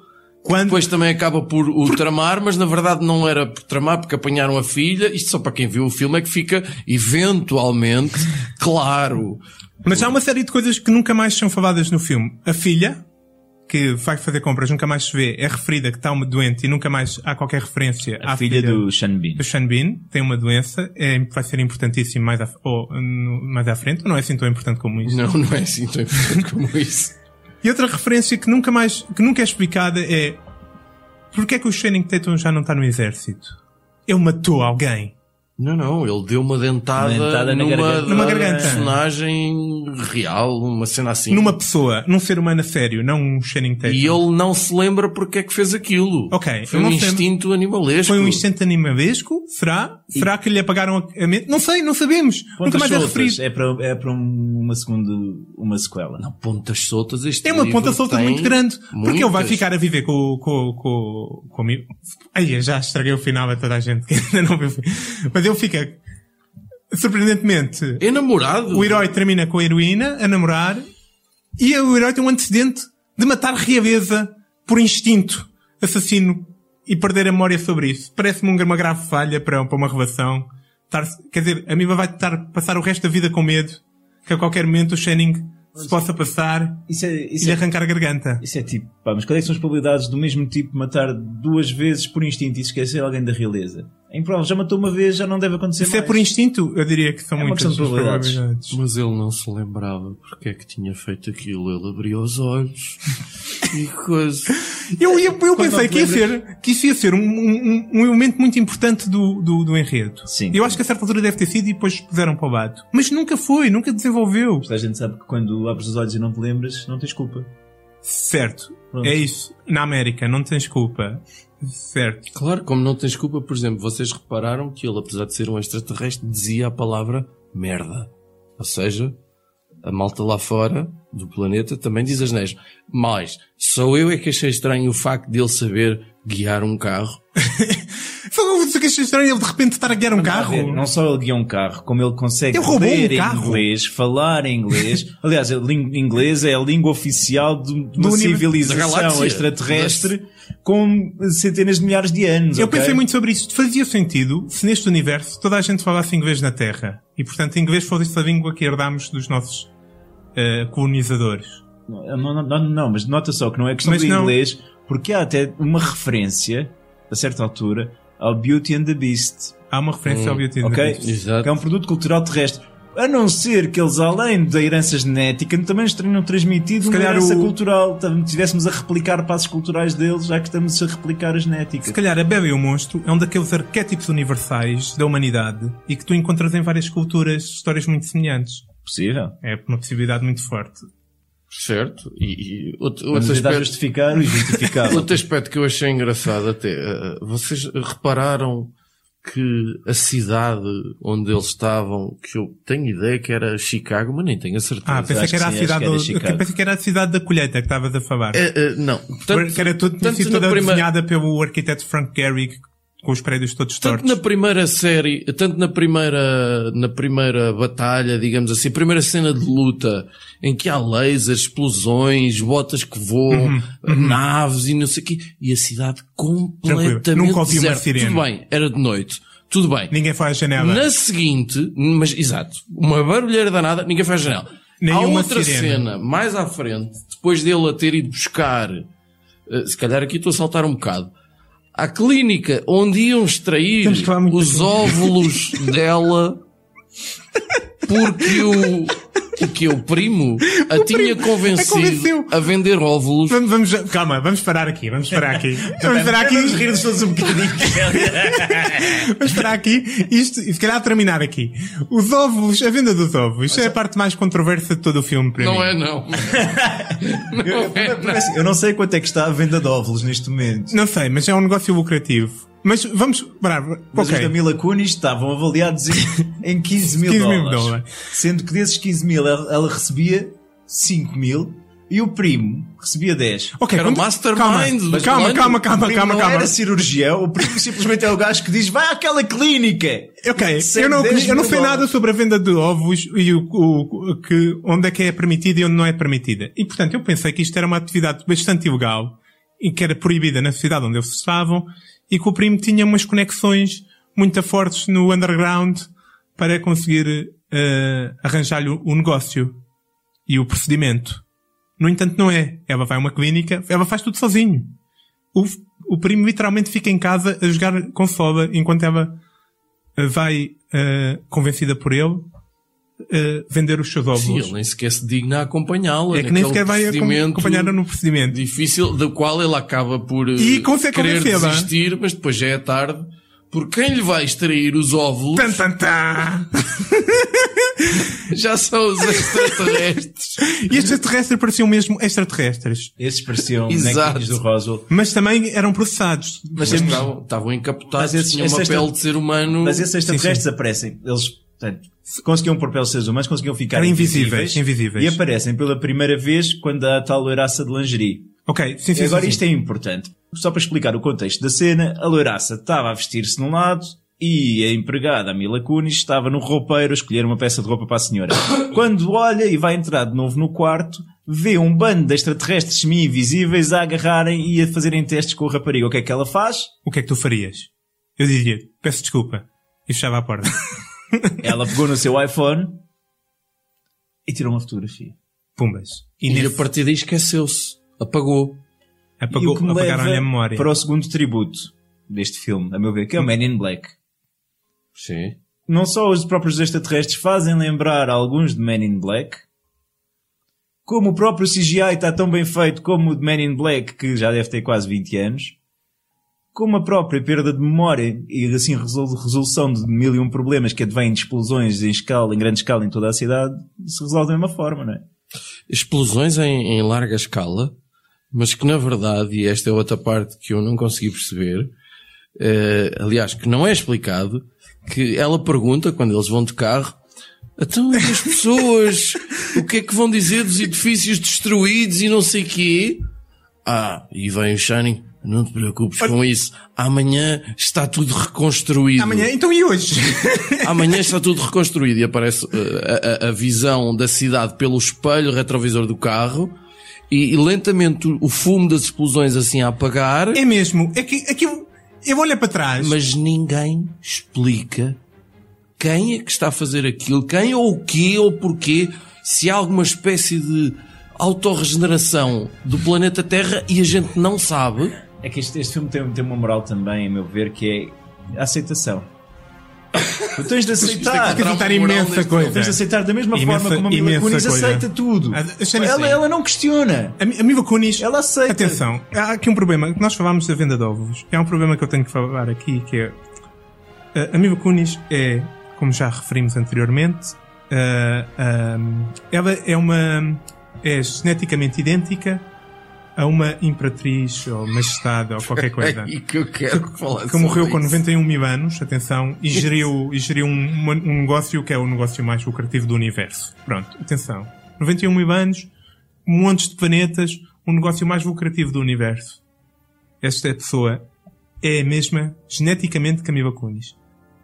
Speaker 2: Quando-
Speaker 4: Depois também acaba por o tramar, mas na verdade não era por tramar, porque apanharam a filha. Isto só para quem viu o filme é que fica, eventualmente, claro.
Speaker 2: Mas há uma série de coisas que nunca mais são faladas no filme. A filha, que vai fazer compras, nunca mais se vê, é referida que está uma doente e nunca mais há qualquer referência
Speaker 3: A
Speaker 2: à
Speaker 3: filha do Sean Bean.
Speaker 2: do Sean Bean, tem uma doença, é, vai ser importantíssimo mais à, ou, no- mais à frente, ou não é assim tão importante como isso.
Speaker 4: Não, não é assim tão importante como isso.
Speaker 2: E outra referência que nunca mais, que nunca é explicada é porque é que o Channing Tatum já não está no exército? Ele matou alguém.
Speaker 4: Não, não, ele deu uma dentada,
Speaker 3: Dentada na
Speaker 4: numa,
Speaker 3: garganta.
Speaker 2: Numa garganta.
Speaker 4: personagem real, uma cena assim.
Speaker 2: Numa pessoa, num ser humano a sério, não um Channing Tatum.
Speaker 4: E ele não se lembra porque é que fez aquilo.
Speaker 2: Ok,
Speaker 4: Foi
Speaker 2: eu
Speaker 4: um
Speaker 2: não sei.
Speaker 4: instinto animalesco.
Speaker 2: Foi um instante animalesco? Será? Será que lhe apagaram a a mente? Não sei, não sabemos. Nunca
Speaker 3: Pontas
Speaker 2: mais é
Speaker 3: soltas.
Speaker 2: referido.
Speaker 3: É para, é para um- uma segunda, uma sequela.
Speaker 4: Não, pontas soltas. Este
Speaker 2: É uma
Speaker 4: livro
Speaker 2: ponta solta
Speaker 4: tem
Speaker 2: muito grande. Porque ele vai
Speaker 4: muitas.
Speaker 2: ficar a viver com, com, com, com, mi- Ai, eu já estraguei o final a toda a gente que ainda não viu. o filme. Mas ele fica, surpreendentemente,
Speaker 4: É namorado.
Speaker 2: o herói termina com a heroína a namorar e o herói tem um antecedente de matar realeza por instinto assassino e perder a memória sobre isso. Parece-me um- uma grave falha para, para uma relação. Estar- quer dizer, a Miba vai estar, passar o resto da vida com medo que a qualquer momento o Shining se possa passar
Speaker 3: Isso é,
Speaker 2: e
Speaker 3: isso
Speaker 2: lhe
Speaker 3: é,
Speaker 2: arrancar a garganta.
Speaker 3: isso é tipo, pá, mas quais é que são as probabilidades do mesmo tipo matar duas vezes por instinto e esquecer alguém da realeza? É improvável. Já matou uma vez, já não deve acontecer
Speaker 2: Se é
Speaker 3: mais.
Speaker 2: por instinto, eu diria que são
Speaker 3: É uma
Speaker 2: muitas
Speaker 3: questão
Speaker 2: as
Speaker 3: de probabilidades.
Speaker 2: probabilidades.
Speaker 4: Mas ele não se lembrava porque é que tinha feito aquilo. Ele abriu os olhos e coisa.
Speaker 2: Eu, ia- eu
Speaker 3: não
Speaker 2: pensei
Speaker 3: te
Speaker 2: que ia, ser, que isso ia ser um, um- um elemento muito importante do, do, do enredo.
Speaker 3: Sim.
Speaker 2: Eu acho que a certa altura deve ter sido e depois puseram para o lado. Mas nunca foi, nunca desenvolveu.
Speaker 3: Toda a gente sabe que quando abres os olhos e não te lembras, não tens culpa.
Speaker 2: Certo.
Speaker 3: Pronto.
Speaker 2: É isso. Na América, não tens culpa. Certo.
Speaker 4: Claro, como não tens culpa, por exemplo, vocês repararam que ele, apesar de ser um extraterrestre, dizia a palavra merda. Ou seja, a malta lá fora do planeta também diz as neiras. Mas só eu é que achei estranho o facto de ele saber guiar um carro.
Speaker 2: Só que eu achei estranho ele de repente estar a guiar um
Speaker 3: Está a ver,
Speaker 2: carro.
Speaker 3: Não só ele guia um carro, como ele consegue
Speaker 2: Ele roubou um
Speaker 3: ler em
Speaker 2: carro.
Speaker 3: inglês, falar em inglês. Aliás, a língua inglês é a língua oficial de de uma
Speaker 2: Do universo-
Speaker 4: da
Speaker 3: civilização
Speaker 4: galáxia.
Speaker 3: extraterrestre com centenas de milhares de anos.
Speaker 2: Eu
Speaker 3: ok?
Speaker 2: pensei muito sobre isto. Fazia sentido se neste universo toda a gente falasse inglês na Terra. E portanto, inglês fosse a língua que herdámos dos nossos eh, colonizadores.
Speaker 3: Não, não, não, não, mas nota só que não é questão
Speaker 2: Mas
Speaker 3: do
Speaker 2: não-
Speaker 3: inglês, porque há até uma referência, a certa altura, ao Beauty and the Beast.
Speaker 2: Há uma referência ao Beauty and the
Speaker 3: Ok?
Speaker 2: Beast.
Speaker 4: Exato.
Speaker 3: Que é um produto cultural terrestre. A não ser que eles, além da herança genética, também nos tenham transmitido uma
Speaker 2: calhar
Speaker 3: herança
Speaker 2: o-
Speaker 3: cultural. Tam- Tivéssemos a replicar passos culturais deles, já que estamos a replicar a
Speaker 2: Se
Speaker 3: genética.
Speaker 2: calhar a Bela e o Monstro é um daqueles arquétipos universais da humanidade e que tu encontras em várias culturas histórias muito semelhantes.
Speaker 3: Possível.
Speaker 2: É uma possibilidade muito forte.
Speaker 4: Certo. E, e outro,
Speaker 3: Vamos
Speaker 4: outro
Speaker 3: tentar
Speaker 4: aspecto,
Speaker 3: justificar o justificável.
Speaker 4: outro aspecto que eu achei engraçado até. eh, vocês repararam que a cidade onde eles estavam, que eu tenho ideia que era Chicago, mas nem tenho a certeza.
Speaker 2: Ah, pensei
Speaker 3: acho
Speaker 2: que era
Speaker 3: que
Speaker 2: a
Speaker 3: sim,
Speaker 2: cidade
Speaker 3: acho que era
Speaker 2: do-
Speaker 3: Chicago.
Speaker 2: pensei que era a cidade da colheita que estavas a falar.
Speaker 4: Eh, eh, não.
Speaker 2: que era tudo, tinha
Speaker 4: tanto
Speaker 2: sido
Speaker 4: na
Speaker 2: toda
Speaker 4: prima-
Speaker 2: desenhada pelo arquiteto Frank Gehry com os prédios todos
Speaker 4: Tanto
Speaker 2: tortos.
Speaker 4: na primeira série, tanto na primeira, na primeira batalha, digamos assim, primeira cena de luta, em que há lasers, explosões, botas que voam,
Speaker 2: Uhum,
Speaker 4: naves e não sei o quê, e a cidade completamente
Speaker 2: Nunca ouvi uma
Speaker 4: deserta.
Speaker 2: sirene.
Speaker 4: Tudo bem, era de noite. Tudo bem.
Speaker 2: Ninguém foi à janela.
Speaker 4: Na seguinte, mas exato, uma barulheira danada, ninguém faz janela. Há
Speaker 2: Nenhuma
Speaker 4: outra
Speaker 2: sirene.
Speaker 4: cena mais à frente, depois dele a ter ido buscar, eh, se calhar aqui estou a saltar um bocado, à clínica onde iam extrair
Speaker 2: Temos que falar muito
Speaker 4: os óvulos dela porque o, porque o primo a tinha
Speaker 2: é convenceu.
Speaker 4: convencido a vender óvulos
Speaker 2: Vamos, vamos- calma, vamos parar aqui, vamos parar aqui. vamos parar aqui,
Speaker 3: Vamos rir-nos todos um bocadinho.
Speaker 2: vamos parar aqui. Isto, e se calhar terminar aqui. Os ovos, a venda dos ovos, isto é a parte mais controversa de todo o filme para
Speaker 4: Não
Speaker 2: mim.
Speaker 4: é não. não é não.
Speaker 3: Parece- Eu não sei quanto é que está a venda de óvulos neste momento.
Speaker 2: Não sei, mas é um negócio lucrativo. Mas vamos parar.
Speaker 3: Mas é
Speaker 2: ok.
Speaker 3: os da Mila Kunis estavam avaliados em, em 15 mil
Speaker 2: 15 mil é?
Speaker 3: dólares.
Speaker 2: dólares.
Speaker 3: Sendo que desses 15 mil ela, ela recebia 5 mil e o primo recebia 10.
Speaker 2: Ok,
Speaker 4: Era o mastermind
Speaker 2: Calma, calma,
Speaker 4: do plano.
Speaker 2: calma,
Speaker 3: o
Speaker 2: calma,
Speaker 3: primo
Speaker 2: calma,
Speaker 3: não
Speaker 2: calma.
Speaker 3: era cirurgião, o primo simplesmente é o gajo que diz vai àquela clínica.
Speaker 2: Ok,
Speaker 3: Cem,
Speaker 2: eu não,
Speaker 3: dez
Speaker 2: eu não
Speaker 3: mil
Speaker 2: sei nada
Speaker 3: dólares.
Speaker 2: sobre a venda de ovos e o, o- o que, onde é que é permitida e onde não é permitida. E portanto, eu pensei que isto era uma atividade bastante ilegal e que era proibida na sociedade onde eles estavam e que o primo tinha umas conexões muito fortes no underground para conseguir eh, arranjar-lhe o o negócio e o procedimento. No entanto, não é. Ela vai a uma clínica, ela faz tudo sozinho. O, o primo literalmente fica em casa a jogar consola enquanto ela eh, vai, eh, convencida por ele, eh, vender os seus
Speaker 4: Sim,
Speaker 2: óvulos.
Speaker 4: ele nem sequer se digna a acompanhá-la.
Speaker 2: é que nem
Speaker 4: naquele
Speaker 2: sequer vai acom-
Speaker 4: procedimento
Speaker 2: acompanhar no procedimento.
Speaker 4: difícil, do qual ele acaba por eh,
Speaker 2: E consegue
Speaker 4: querer
Speaker 2: convencê-la.
Speaker 4: desistir, mas depois já é tarde. Porque quem lhe vai extrair os óvulos
Speaker 2: Tan, tan, tan.
Speaker 4: já são os extraterrestres.
Speaker 2: E estes extraterrestres pareciam mesmo extraterrestres.
Speaker 3: Esses pareciam
Speaker 4: Exato.
Speaker 3: bonequinhos do Roswell.
Speaker 2: Mas também eram processados.
Speaker 4: mas
Speaker 3: temos-
Speaker 4: estavam, estavam
Speaker 3: Mas
Speaker 4: encapotados,
Speaker 3: esses-
Speaker 4: tinham uma
Speaker 3: esses extra-
Speaker 4: pele de ser humano.
Speaker 3: Mas esses extraterrestres aparecem. Eles, portanto, conseguiam pôr pelos seres humanos, conseguiam ficar
Speaker 2: Eram invisíveis,
Speaker 3: invisíveis,
Speaker 2: invisíveis.
Speaker 3: E aparecem pela primeira vez quando há a tal loiraça de lingerie.
Speaker 2: Ok, sim, sim.
Speaker 3: E agora
Speaker 2: sim,
Speaker 3: isto é importante. Só para explicar o contexto da cena, a loiraça estava a vestir-se de um lado e a empregada, a Mila Kunis, estava no roupeiro a escolher uma peça de roupa para a senhora. Quando olha e vai entrar de novo no quarto, vê um bando de extraterrestres semi-invisíveis a agarrarem e a fazerem testes com a rapariga. O que é que ela faz?
Speaker 2: O que é que tu farias? Eu diria, peço desculpa. E fechava a porta.
Speaker 3: Ela pegou no seu iPhone e tirou uma fotografia.
Speaker 2: Pumbas.
Speaker 4: E,
Speaker 2: E,
Speaker 4: a
Speaker 2: nesse,
Speaker 4: partir daí esqueceu-se. Apagou.
Speaker 2: apagou,
Speaker 3: e o que me
Speaker 2: apagaram-lhe
Speaker 3: leva
Speaker 2: a memória.
Speaker 3: para o segundo tributo deste filme, a meu ver, que é o Man in Black.
Speaker 4: Sim.
Speaker 3: não só os próprios extraterrestres fazem lembrar alguns de Men in Black, como o próprio CGI está tão bem feito como o de Men in Black, que já deve ter quase 20 anos, como a própria perda de memória e assim resol- resolução de mil e um problemas que advém de explosões em escala, em grande escala em toda a cidade, se resolve da mesma forma, não é?
Speaker 4: explosões em, em larga escala, mas que na verdade, e esta é outra parte que eu não consegui perceber, eh, aliás, que não é explicado, que ela pergunta, quando eles vão de carro, então e as pessoas, o que é que vão dizer dos edifícios destruídos e não sei quê? Ah, e vem o Shining, não te preocupes com isso, amanhã está tudo reconstruído.
Speaker 2: Amanhã, então e hoje?
Speaker 4: Amanhã está tudo reconstruído e aparece uh, a, a- a visão da cidade pelo espelho retrovisor do carro e, e lentamente o, o fumo das explosões assim a apagar,
Speaker 2: é mesmo. É que, aquilo, eu olho para trás.
Speaker 4: mas ninguém explica quem é que está a fazer aquilo, quem ou o quê ou porquê, se há alguma espécie de autorregeneração do planeta Terra e a gente não sabe.
Speaker 3: É que este, este filme tem, tem uma moral também, a meu ver, que é a aceitação. Tu tens de aceitar.
Speaker 2: Tem que aceitar
Speaker 4: Trava moral
Speaker 2: imensa
Speaker 4: neste
Speaker 2: coisa.
Speaker 3: Tens de aceitar da mesma
Speaker 2: Imensa-
Speaker 3: forma como a
Speaker 2: imensa
Speaker 3: Mila Kunis
Speaker 2: coisa.
Speaker 3: aceita tudo.
Speaker 2: Ah, deixa-me
Speaker 3: Ela,
Speaker 2: assim.
Speaker 3: ela não questiona.
Speaker 2: A, Mi- a Mila Kunis.
Speaker 3: Ela aceita.
Speaker 2: Atenção, há aqui um problema. Nós falámos da venda de óvulos. É um problema que eu tenho que falar aqui, que é... A, a Mila Kunis é, como já referimos anteriormente, ah, ah, ela é uma... É geneticamente idêntica a uma imperatriz ou majestade ou qualquer coisa.
Speaker 4: e que eu quero falar
Speaker 2: que
Speaker 4: sobre
Speaker 2: morreu com
Speaker 4: isso.
Speaker 2: 91 mil anos, atenção, e geriu, e geriu um, uma- um negócio que é o negócio mais lucrativo do universo. Pronto, atenção. 91 mil anos, montes de planetas, um negócio mais lucrativo do universo. Esta pessoa é a mesma geneticamente que a Mila Kunis.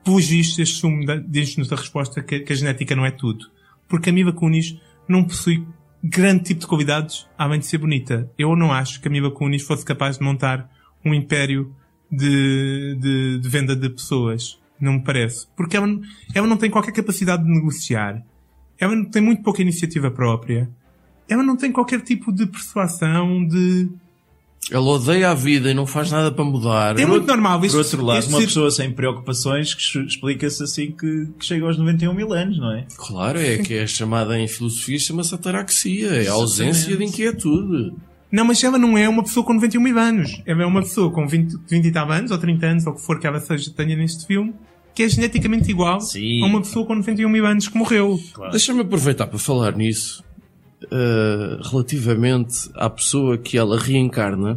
Speaker 2: Pelos vistos, este sumo dá- diz-nos a resposta que, que a genética não é tudo. Porque a Mila Kunis não possui grande tipo de qualidades, além de ser bonita. Eu não acho que a Mila Kunis fosse capaz de montar um império de, de, de venda de pessoas. Não me parece. Porque ela, n- ela não tem qualquer capacidade de negociar. Ela não- tem muito pouca iniciativa própria. Ela não tem qualquer tipo de persuasão, de...
Speaker 4: Ela odeia a vida e não faz nada para mudar.
Speaker 2: É muito normal.
Speaker 3: Por outro lado, uma
Speaker 2: ir-
Speaker 3: pessoa sem preocupações que su- explica-se assim que, que chega aos 91 mil anos, não é?
Speaker 4: Claro, é que é chamada em filosofia, chama-se ataraxia, é a ausência de inquietude.
Speaker 2: Não, mas ela não é uma pessoa com 91 mil anos. Ela é uma pessoa com 20, 20 e tal anos, ou 30 anos, ou o que for que ela seja, tenha neste filme, que é geneticamente igual
Speaker 3: Sim.
Speaker 2: a uma pessoa com 91 mil anos que morreu.
Speaker 4: Deixa-me aproveitar para falar nisso, eh, relativamente à pessoa que ela reencarna,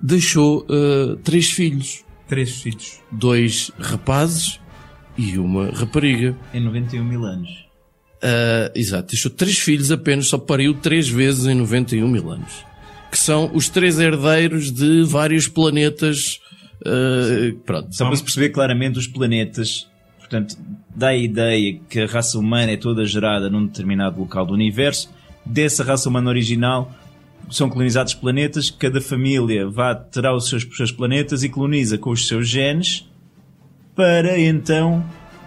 Speaker 4: deixou eh, três filhos,
Speaker 2: Três filhos.
Speaker 4: dois rapazes e uma rapariga.
Speaker 3: Em 91 mil anos.
Speaker 4: Ah, exato, deixou três filhos apenas, só pariu três vezes em 91 mil anos. Que são os três herdeiros de vários planetas. ah, pronto.
Speaker 3: Só para se perceber claramente os planetas, portanto, dá a ideia que a raça humana é toda gerada num determinado local do universo, dessa raça humana original são colonizados planetas, cada família vá, terá os seus, os seus planetas e coloniza com os seus genes para então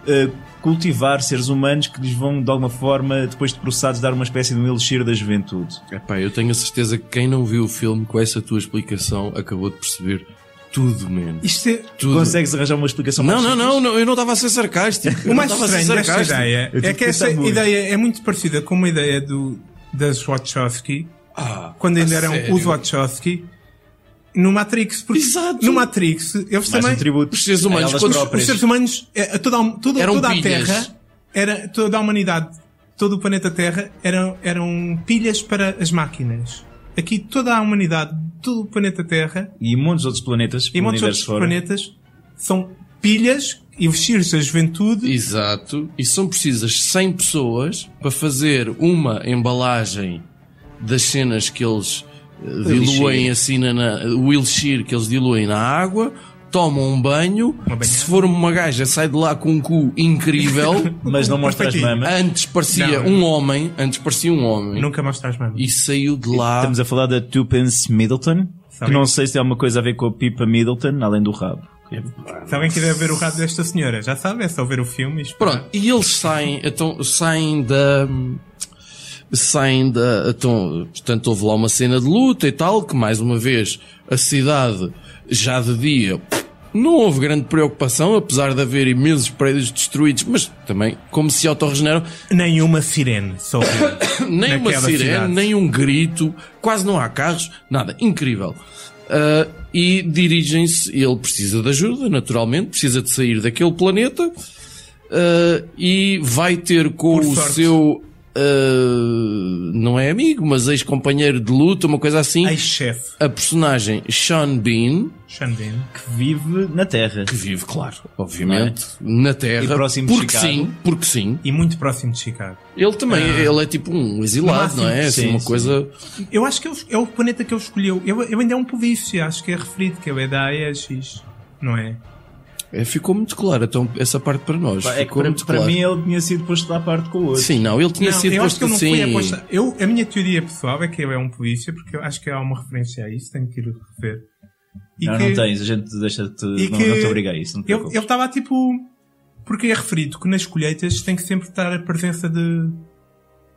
Speaker 3: eh, cultivar seres humanos que lhes vão de alguma forma, depois de processados, dar uma espécie de um elixir da juventude.
Speaker 4: Epá, eu tenho a certeza que quem não viu o filme com essa tua explicação acabou de perceber tudo, man.
Speaker 2: Isto é...
Speaker 4: Tudo.
Speaker 3: Consegues arranjar uma explicação
Speaker 4: Não,
Speaker 3: mais
Speaker 4: não, não, não, eu não estava a ser sarcástico. Eu
Speaker 2: O mais
Speaker 4: não estava a
Speaker 2: estranho
Speaker 4: ser
Speaker 2: desta
Speaker 4: sarcástico.
Speaker 2: ideia
Speaker 3: Eu tive
Speaker 2: é
Speaker 3: que
Speaker 2: que
Speaker 3: pensar
Speaker 2: essa
Speaker 3: muito.
Speaker 2: ideia é muito parecida com uma ideia do, das Wachowski,
Speaker 4: Ah,
Speaker 2: quando
Speaker 4: a
Speaker 2: ainda eram
Speaker 4: sério?
Speaker 2: os Wachowski, no Matrix. Porque
Speaker 4: Exato.
Speaker 2: No Matrix, eles
Speaker 3: Mais um
Speaker 2: também...
Speaker 3: tributo
Speaker 4: é Os seres humanos,
Speaker 3: a elas
Speaker 4: quando-
Speaker 2: Os
Speaker 3: próprias.
Speaker 2: seres humanos, eh, toda, a- toda,
Speaker 4: Eram
Speaker 2: toda a
Speaker 4: pilhas.
Speaker 2: Terra, era, toda a humanidade, todo o planeta Terra eram, eram pilhas para as máquinas. Aqui toda a humanidade, todo o planeta Terra
Speaker 3: E muitos outros planetas.
Speaker 2: e
Speaker 3: pelo
Speaker 2: muitos outros
Speaker 3: universo fora.
Speaker 2: planetas são pilhas e vestir-se a juventude.
Speaker 4: Exato. E são precisas 100 pessoas para fazer uma embalagem das cenas que eles eh, diluem assim na, na- o elixir que eles diluem na água, tomam um banho,
Speaker 2: banhada.
Speaker 4: se for uma gaja sai de lá com um cu incrível,
Speaker 3: Mas não mostra as
Speaker 2: Perfeitinho.
Speaker 3: mamas.
Speaker 4: antes parecia
Speaker 2: Não.
Speaker 4: um homem, antes parecia um homem.
Speaker 2: Nunca mostras mais.
Speaker 4: E saiu de lá.
Speaker 3: Estamos a falar da Tupence Middleton.
Speaker 2: Sabe?
Speaker 3: Que não sei se tem alguma coisa a ver com a Pipa Middleton, além do rabo.
Speaker 2: Se alguém quiser ver o rato desta senhora, já sabe, é só ver o filme. e esperar.
Speaker 4: Pronto, e eles saem, então, saem da. Saem da. Então, portanto, houve lá uma cena de luta e tal, que mais uma vez a cidade, já de dia, Não houve grande preocupação, apesar de haver imensos prédios destruídos, mas também, como se autorregeneram,
Speaker 2: Nenhuma sirene. Só que-
Speaker 4: nem uma
Speaker 2: Naquela
Speaker 4: sirene,
Speaker 2: cidade.
Speaker 4: nem um grito, quase não há carros, nada, incrível. Ah, e dirigem-se, ele precisa de ajuda, naturalmente, precisa de sair daquele planeta ah, e vai ter com
Speaker 2: Por
Speaker 4: o
Speaker 2: sorte.
Speaker 4: seu, ah, não é amigo, mas ex-companheiro de luta, uma coisa assim,
Speaker 2: Ai, chefe.
Speaker 4: a personagem Sean Bean,
Speaker 2: Xandino.
Speaker 3: que vive na Terra.
Speaker 4: que vive, claro, obviamente, na Terra,
Speaker 3: E próximo de
Speaker 4: porque
Speaker 3: Chicago.
Speaker 4: sim, porque sim,
Speaker 2: E muito próximo de Chicago.
Speaker 4: Ele também, ele é tipo um exilado,
Speaker 2: No máximo,
Speaker 4: não é? Assim,
Speaker 3: sim,
Speaker 4: uma
Speaker 3: sim.
Speaker 4: coisa.
Speaker 2: Eu acho que ele- é o planeta que ele escolheu. Eu, eu ainda é um polícia, acho que é referido, que ele é da AEX, não é?
Speaker 4: é, ficou muito claro, então, essa parte para nós.
Speaker 3: Pá, É que
Speaker 4: ficou
Speaker 3: para,
Speaker 4: muito
Speaker 3: para
Speaker 4: claro.
Speaker 3: mim ele tinha sido posto à parte com o outro.
Speaker 4: Sim, não, ele tinha
Speaker 2: Não,
Speaker 4: sido
Speaker 2: eu acho que
Speaker 4: posto
Speaker 2: ele não foi
Speaker 4: assim.
Speaker 2: aposta... eu, A minha teoria pessoal é que ele é um polícia, porque eu acho que há uma referência a isso, tenho que ir rever. E
Speaker 3: não,
Speaker 2: que-
Speaker 3: não tens, a gente deixa-te. Não,
Speaker 2: e
Speaker 3: não
Speaker 2: que-
Speaker 3: te obriga a isso. Não te
Speaker 2: Ele
Speaker 3: preocupes.
Speaker 2: estava tipo. Porque é referido que nas colheitas tem que sempre estar a presença de.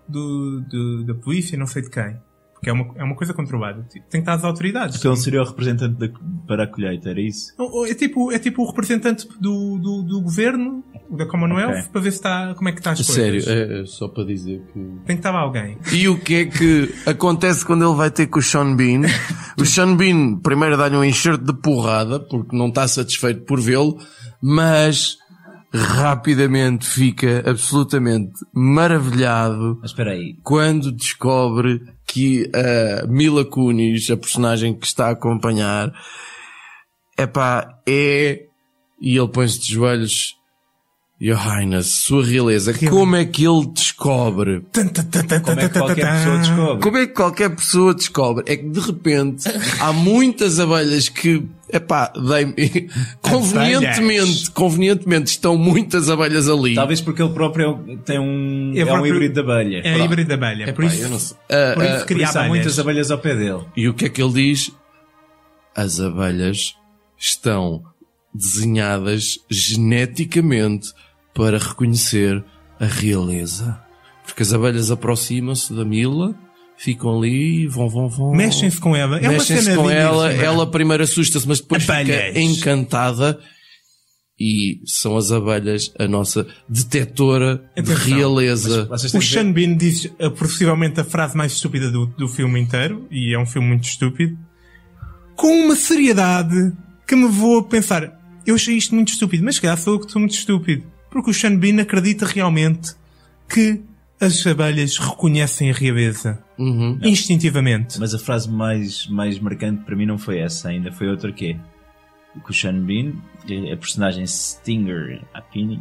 Speaker 2: do- do- da polícia, não sei de quem. Porque é uma, é uma coisa controlada. Tipo, Tem que estar as autoridades.
Speaker 3: Então ele seria o representante da- para a colheita, era isso?
Speaker 2: Ou- ou É tipo, é tipo o representante do, do, do governo, da Commonwealth,
Speaker 3: Ok.
Speaker 2: para ver se está, como é que está as
Speaker 4: A
Speaker 2: coisas.
Speaker 4: Sério, é, é só para dizer que.
Speaker 2: Tem que estar lá alguém.
Speaker 4: E o que é que acontece quando ele vai ter com o Sean Bean? O Sean Bean primeiro dá-lhe um enxerto de porrada, porque não está satisfeito por vê-lo, mas rapidamente fica absolutamente maravilhado
Speaker 3: Mas espera aí.
Speaker 4: quando descobre que a Mila Kunis, a personagem que está a acompanhar, epá, é. E ele põe-se de joelhos. Your Highness, Sua Realeza, como é que ele descobre?
Speaker 2: Como
Speaker 3: Como é que qualquer pessoa descobre?
Speaker 4: Como é que qualquer pessoa descobre? É que de repente há muitas abelhas que, epá, dei convenientemente, convenientemente estão muitas abelhas ali.
Speaker 3: Talvez porque ele próprio é um- tem um,
Speaker 2: É
Speaker 3: é um
Speaker 2: próprio-
Speaker 3: híbrido de abelha.
Speaker 2: É a híbrida da abelha. por
Speaker 4: Epá,
Speaker 2: isso,
Speaker 4: eu não sei. Ah,
Speaker 2: por isso
Speaker 3: Por
Speaker 2: cria
Speaker 3: isso há
Speaker 2: abelhas.
Speaker 3: muitas abelhas ao pé dele.
Speaker 4: E o que é que ele diz? As abelhas estão desenhadas geneticamente para reconhecer a realeza. Porque as abelhas aproximam-se da Mila, ficam ali, vão, vão, vão.
Speaker 2: Mexem-se com ela. É uma
Speaker 4: Mexem-se
Speaker 2: cena
Speaker 4: com
Speaker 2: de
Speaker 4: ela,
Speaker 2: Disney.
Speaker 4: ela primeiro assusta-se, mas depois
Speaker 2: Abelhas.
Speaker 4: fica encantada. E são as abelhas a nossa detetora de
Speaker 2: Atenção.
Speaker 4: realeza.
Speaker 3: Vocês têm
Speaker 2: O
Speaker 3: que ver-
Speaker 2: Sean Bean diz eh, possivelmente a frase mais estúpida do, do filme inteiro, e é um filme muito estúpido, com uma seriedade que me vou a pensar. Eu achei isto muito estúpido, mas se calhar sou eu que estou muito estúpido. Porque o Sean Bean acredita realmente que as abelhas reconhecem a realeza.
Speaker 4: Uhum.
Speaker 2: Instintivamente.
Speaker 3: Mas a frase mais, mais marcante para mim não foi essa, ainda foi outra que é que o Sean Bean, é a personagem Stinger Apini,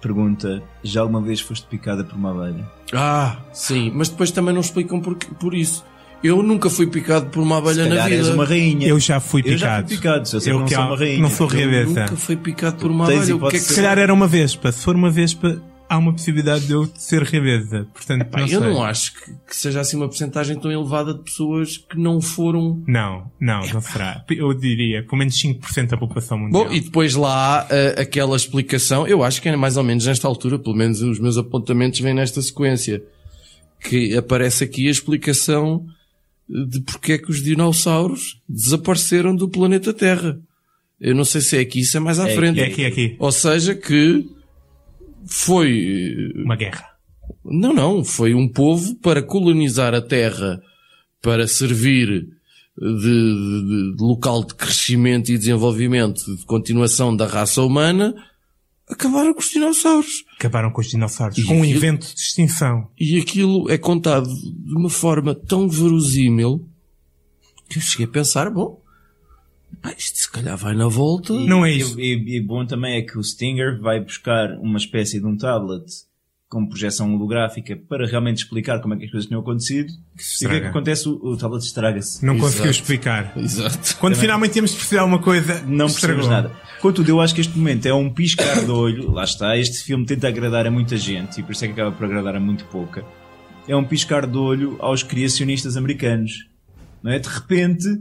Speaker 3: pergunta: Já alguma vez foste picada por uma abelha?
Speaker 4: Ah, sim, mas depois também não explicam por, por isso. Eu nunca fui picado por uma
Speaker 3: Se
Speaker 4: abelha na
Speaker 3: calhar és
Speaker 4: vida.
Speaker 3: uma rainha.
Speaker 2: Eu já fui
Speaker 3: Eu já fui
Speaker 2: picado.
Speaker 3: picado, se eu sei que
Speaker 2: Eu
Speaker 3: não
Speaker 2: que
Speaker 3: sou
Speaker 2: há-
Speaker 3: uma rainha.
Speaker 2: não sou
Speaker 3: Então,
Speaker 2: realeza.
Speaker 4: Nunca fui picado por uma
Speaker 3: Tens
Speaker 4: abelha. O que é que
Speaker 2: Se
Speaker 3: hipótese-
Speaker 2: calhar era uma vespa. Se for uma vespa, há uma possibilidade de eu ser realeza. Portanto,
Speaker 4: Pá,
Speaker 2: não
Speaker 4: eu
Speaker 2: sei.
Speaker 4: não acho que, que seja assim uma porcentagem tão elevada de pessoas que não foram.
Speaker 2: Não, não, não será. Eu diria, pelo menos 5% da população mundial.
Speaker 4: Bom, e depois lá há ah, aquela explicação, eu acho que é mais ou menos nesta altura, pelo menos os meus apontamentos vêm nesta sequência, que aparece aqui a explicação de porque é que os dinossauros desapareceram do planeta Terra. Eu não sei se é aqui, isso é mais à
Speaker 3: É
Speaker 4: frente.
Speaker 2: É aqui, é aqui.
Speaker 4: Ou seja, que foi. eh,
Speaker 2: Uma guerra.
Speaker 4: Não, não. Foi um povo para colonizar a terra, para servir de, de- de local de crescimento e desenvolvimento, de continuação da raça humana. Acabaram com os dinossauros.
Speaker 2: Acabaram com os dinossauros. Com um
Speaker 4: aquilo-
Speaker 2: evento de extinção.
Speaker 4: E aquilo é contado de uma forma tão verosímil que eu cheguei a pensar: bom, pá, isto se calhar vai na volta.
Speaker 3: E-
Speaker 2: Não é
Speaker 3: e-
Speaker 2: isso.
Speaker 3: E, e bom também é que o Stinger vai buscar uma espécie de um tablet com projeção holográfica para realmente explicar como é que as coisas tinham acontecido. E o que é que
Speaker 2: estraga.
Speaker 3: acontece? O, o tablet estraga-se.
Speaker 2: Não
Speaker 4: Exato.
Speaker 2: conseguiu explicar.
Speaker 4: Exato.
Speaker 2: Quando finalmente íamos perceber alguma coisa,
Speaker 3: não
Speaker 2: estragou.
Speaker 3: percebes nada. Contudo, eu acho que este momento é um piscar de olho, lá está, este filme tenta agradar a muita gente e por isso é que acaba por agradar a muito pouca. É um piscar de olho aos criacionistas americanos. Não é? De repente,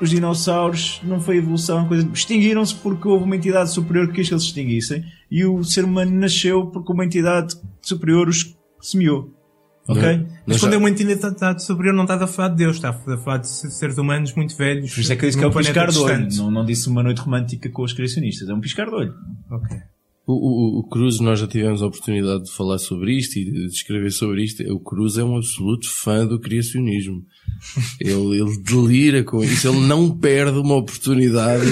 Speaker 3: os dinossauros não foi evolução, é uma coisa. Extinguiram-se porque houve uma entidade superior que quis que eles se extinguissem e o ser humano nasceu porque uma entidade superior os semeou. Ok.
Speaker 2: Mas
Speaker 4: Nós
Speaker 2: quando
Speaker 4: já-
Speaker 2: é uma entidade superior, não estás a falar de Deus, estás a falar de se- seres humanos muito velhos.
Speaker 3: Por isso é que eu disse que é um piscar de olho.
Speaker 2: distante.
Speaker 3: Não, não disse uma noite romântica com os criacionistas. É um piscar de olho.
Speaker 2: Ok. É
Speaker 4: O, o, o Cruz, nós já tivemos a oportunidade de falar sobre isto e de escrever sobre isto. O Cruz é um absoluto fã do criacionismo. Ele, ele delira com isso. Ele não perde uma oportunidade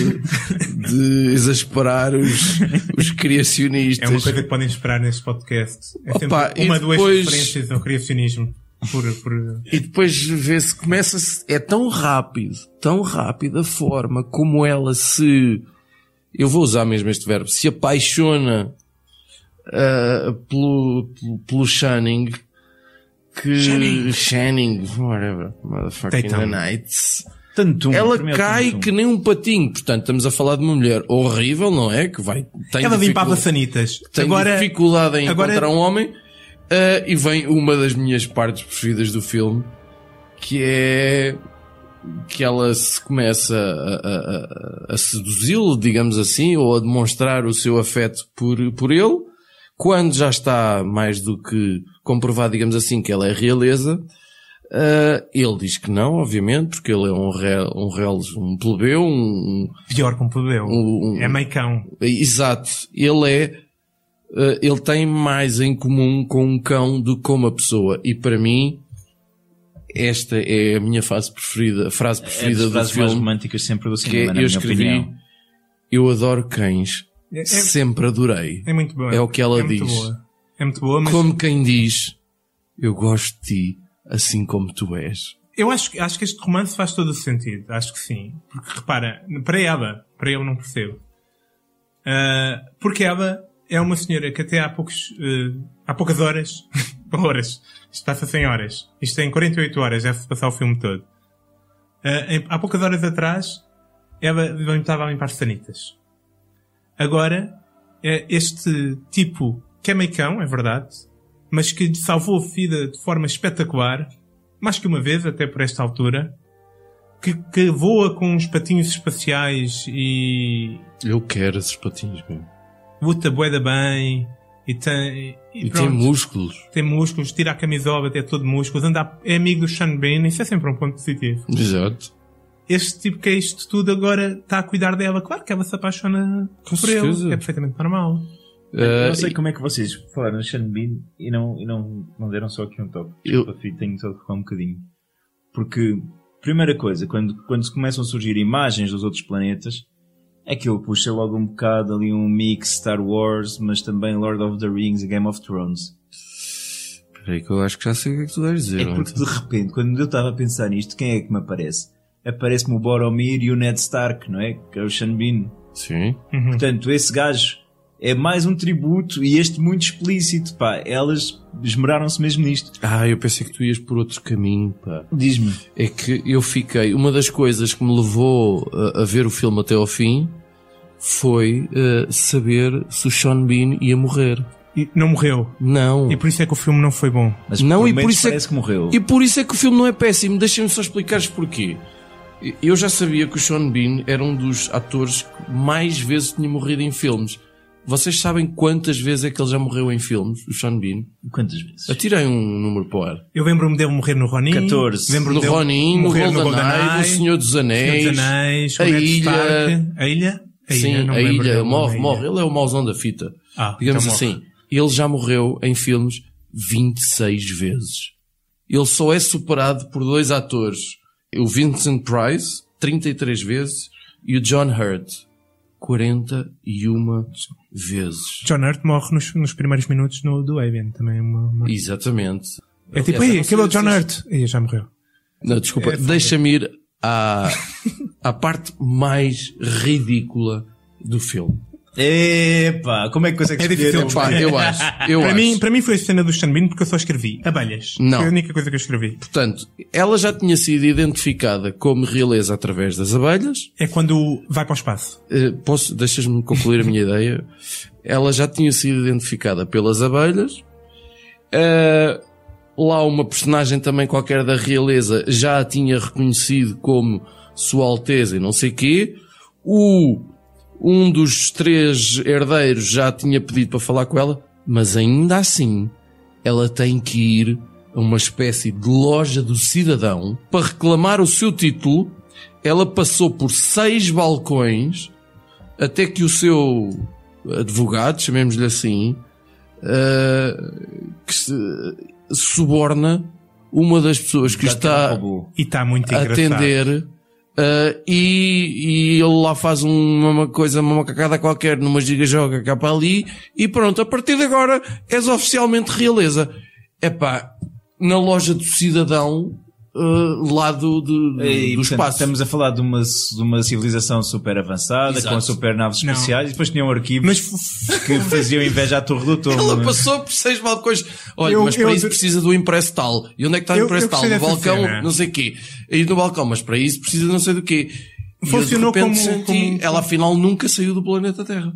Speaker 4: de exasperar os, os
Speaker 2: É uma
Speaker 4: criacionistas.
Speaker 2: coisa que podem esperar neste podcast. É sempre
Speaker 4: Opa, e
Speaker 2: uma, duas
Speaker 4: depois-
Speaker 2: referências ao criacionismo. Por, por...
Speaker 4: E depois vê-se, começa-se, é tão rápido, tão rápido a forma como ela se, eu vou usar mesmo este verbo, se apaixona ah, pelo, pelo, pelo Shining, que Shining, whatever, motherfucking
Speaker 2: Tatum.
Speaker 4: the nights.
Speaker 3: Tanto
Speaker 4: Ela cai que nem um patinho, portanto estamos a falar de uma mulher horrível, não é? Que vai, tem
Speaker 2: Ela limpava
Speaker 4: dificuldade-
Speaker 2: sanitas.
Speaker 4: tem
Speaker 2: Agora, é-
Speaker 4: dificuldade em
Speaker 2: agora-
Speaker 4: encontrar um homem. Ah, e vem uma das minhas partes preferidas do filme, que é que ela se começa a, a- a- a seduzi-lo, digamos assim, ou a demonstrar o seu afeto por, por ele, quando já está mais do que comprovado, digamos assim, que ela é realeza. Ah, ele diz que não, obviamente, porque ele é um rei, um, rei, um plebeu, um,
Speaker 2: pior que um plebeu.
Speaker 4: um- um-
Speaker 2: É meicão.
Speaker 4: Exato. Ele é. eh, ele tem mais em comum com um cão do que com uma pessoa. E para mim, esta é a minha frase preferida, a frase
Speaker 3: É das
Speaker 4: preferida do
Speaker 3: frases mais
Speaker 4: filme.
Speaker 3: românticas sempre do
Speaker 4: Que é,
Speaker 3: cinema, na
Speaker 4: eu
Speaker 3: minha
Speaker 4: escrevi.
Speaker 3: opinião.
Speaker 4: Eu adoro cães.
Speaker 2: É, é-
Speaker 4: Sempre adorei.
Speaker 2: é muito boa.
Speaker 4: é o que ela
Speaker 2: é muito
Speaker 4: diz.
Speaker 2: boa. É muito boa, mas
Speaker 4: Como quem diz, eu gosto de ti assim como tu és.
Speaker 2: eu acho, que- acho que este romance faz todo o sentido. Acho que sim. Porque repara, para ela, para eu não percebo. Ah, porque ela é uma senhora que até há poucos, eh, há poucas horas, horas, isto passa-se em horas, isto tem 48 horas, deve-se passar o filme todo. Ah, em- há poucas horas atrás, ela estava a limpar sanitas. Agora, é este tipo que é meicão, é verdade, mas que lhe salvou a vida de forma espetacular, mais que uma vez, até por esta altura, que, que voa com uns patinhos espaciais e,
Speaker 4: Eu quero esses patinhos, meu.
Speaker 2: luta boeda bem e tem, e
Speaker 4: E tem
Speaker 2: pronto,
Speaker 4: músculos.
Speaker 2: tem músculos, tira a camisola, é todo músculos, anda, é amigo do Sean Bean, isso é sempre um ponto positivo.
Speaker 4: Exato.
Speaker 2: Este tipo que é isto tudo agora está a cuidar dela, claro que ela se apaixona
Speaker 4: Com
Speaker 2: por ele,
Speaker 4: certeza.
Speaker 2: é perfeitamente normal.
Speaker 3: Eu
Speaker 4: Eh,
Speaker 3: não sei como é que vocês falaram no Sean Bean e não, e não, não deram só aqui um toque.
Speaker 4: Eu-
Speaker 3: Desculpa, filho, tenho só de recuar um bocadinho. Porque, primeira coisa, quando, quando se começam a surgir imagens dos outros planetas, aquilo puxa logo um bocado ali um mix Star Wars, mas também Lord of the Rings e Game of Thrones.
Speaker 4: Espera aí que eu acho que já sei o que é que tu vais dizer.
Speaker 3: É porque
Speaker 4: António.
Speaker 3: de repente, quando eu estava a pensar nisto, quem é que me aparece? Aparece-me o Boromir e o Ned Stark, não é? Que é o Sean Bean.
Speaker 4: Sim.
Speaker 2: Uhum.
Speaker 3: Portanto, esse gajo é mais um tributo e este muito explícito, pá. Elas esmeraram-se mesmo nisto.
Speaker 4: Ah, eu pensei que tu ias por outro caminho, pá.
Speaker 3: Diz-me.
Speaker 4: É que eu fiquei. Uma das coisas que me levou a, a ver o filme até ao fim foi eh, saber se o Sean Bean ia morrer.
Speaker 2: E não morreu.
Speaker 4: Não.
Speaker 2: E por isso é que o filme não foi bom.
Speaker 3: Mas
Speaker 4: Não,
Speaker 3: pelo
Speaker 4: e
Speaker 3: menos
Speaker 4: por isso é
Speaker 3: parece que morreu.
Speaker 4: E por isso é que o filme não é péssimo. Deixem-me só explicar-vos porquê. Eu já sabia que o Sean Bean era um dos atores que mais vezes tinha morrido em filmes. Vocês sabem quantas vezes é que ele já morreu em filmes, o Sean Bean?
Speaker 3: Quantas vezes?
Speaker 4: Atirei um número para o ar.
Speaker 2: Eu lembro-me dele morrer no Ronin.
Speaker 3: 14.
Speaker 2: Lembro-me
Speaker 4: No
Speaker 2: dele
Speaker 4: Ronin, no
Speaker 2: morrer
Speaker 4: GoldenEye, no Senhor dos Anéis.
Speaker 2: Senhor dos Anéis, com
Speaker 4: a
Speaker 2: o Ned
Speaker 4: ilha.
Speaker 2: Stark. A ilha? A ilha,
Speaker 4: Sim,
Speaker 2: não
Speaker 4: a
Speaker 2: me lembro
Speaker 4: ilha,
Speaker 2: dele,
Speaker 4: morre,
Speaker 2: a ilha.
Speaker 4: morre. Ele é o mauzão da fita.
Speaker 2: Ah,
Speaker 4: Digamos
Speaker 2: então morre.
Speaker 4: assim, ele já morreu em filmes 26 vezes. Ele só é superado por dois atores. O Vincent Price, 33 vezes, e o John Hurt, 41 vezes.
Speaker 2: John Hurt morre nos, nos primeiros minutos no, do Alien, também é uma, uma
Speaker 4: Exatamente.
Speaker 2: É tipo,
Speaker 4: Essa
Speaker 2: aí,
Speaker 4: não
Speaker 2: aquele é o
Speaker 4: sei
Speaker 2: John
Speaker 4: se-
Speaker 2: Hurt. E já morreu.
Speaker 4: Não,
Speaker 2: É,
Speaker 4: desculpa, deixa-me ir à, à parte mais ridícula do filme.
Speaker 3: Epá, como é que
Speaker 2: É
Speaker 3: consegues escolher?
Speaker 2: difícil.
Speaker 4: Pá, eu acho, eu
Speaker 2: para,
Speaker 4: acho.
Speaker 2: mim, para mim foi a cena do Sean Bean porque eu só escrevi abelhas.
Speaker 4: Não.
Speaker 2: Foi a única coisa que eu escrevi.
Speaker 4: Portanto, ela já tinha sido identificada como realeza através das abelhas,
Speaker 2: É quando vai para o espaço.
Speaker 4: Eh, posso, deixas-me concluir a minha ideia. Ela já tinha sido identificada pelas abelhas. Eh, lá uma personagem também qualquer da realeza já a tinha reconhecido como Sua Alteza e não sei quê. O, um dos três herdeiros já tinha pedido para falar com ela, mas ainda assim ela tem que ir uma espécie de loja do cidadão para reclamar o seu título. Ela passou por seis balcões até que o seu advogado, chamemos-lhe assim, eh, que se, suborna uma das pessoas que
Speaker 2: tá
Speaker 3: é um
Speaker 4: está
Speaker 2: E está muito É engraçado.
Speaker 4: atender ah, e, e ele lá faz uma, uma coisa, uma macacada qualquer numa giga-joga cá para ali e pronto, a partir de agora és oficialmente realeza. Epá, na loja do cidadão ah, lá do, do, do,
Speaker 3: E,
Speaker 4: do
Speaker 3: portanto,
Speaker 4: espaço.
Speaker 3: Estamos a falar de uma, de uma civilização super avançada,
Speaker 4: Exato.
Speaker 3: com super naves
Speaker 2: Não.
Speaker 3: espaciais, e depois tinham arquivos
Speaker 2: Mas
Speaker 3: que faziam inveja à Torre do Tombo.
Speaker 4: Ela
Speaker 3: não é?
Speaker 4: passou por seis balcões. Olha,
Speaker 2: Eu-
Speaker 4: mas para
Speaker 2: eu-
Speaker 4: isso precisa do impresso tal. E onde é que está o
Speaker 2: Eu-
Speaker 4: impresso
Speaker 2: eu
Speaker 4: tal?
Speaker 2: gostei
Speaker 4: No
Speaker 2: dessa
Speaker 4: balcão,
Speaker 2: cena.
Speaker 4: não sei quê. Aí no balcão, mas para isso precisa não sei do quê. E eu, de
Speaker 2: Funcionou
Speaker 4: repente,
Speaker 2: como-
Speaker 4: senti,
Speaker 2: como- um
Speaker 4: Ela afinal nunca saiu do planeta Terra.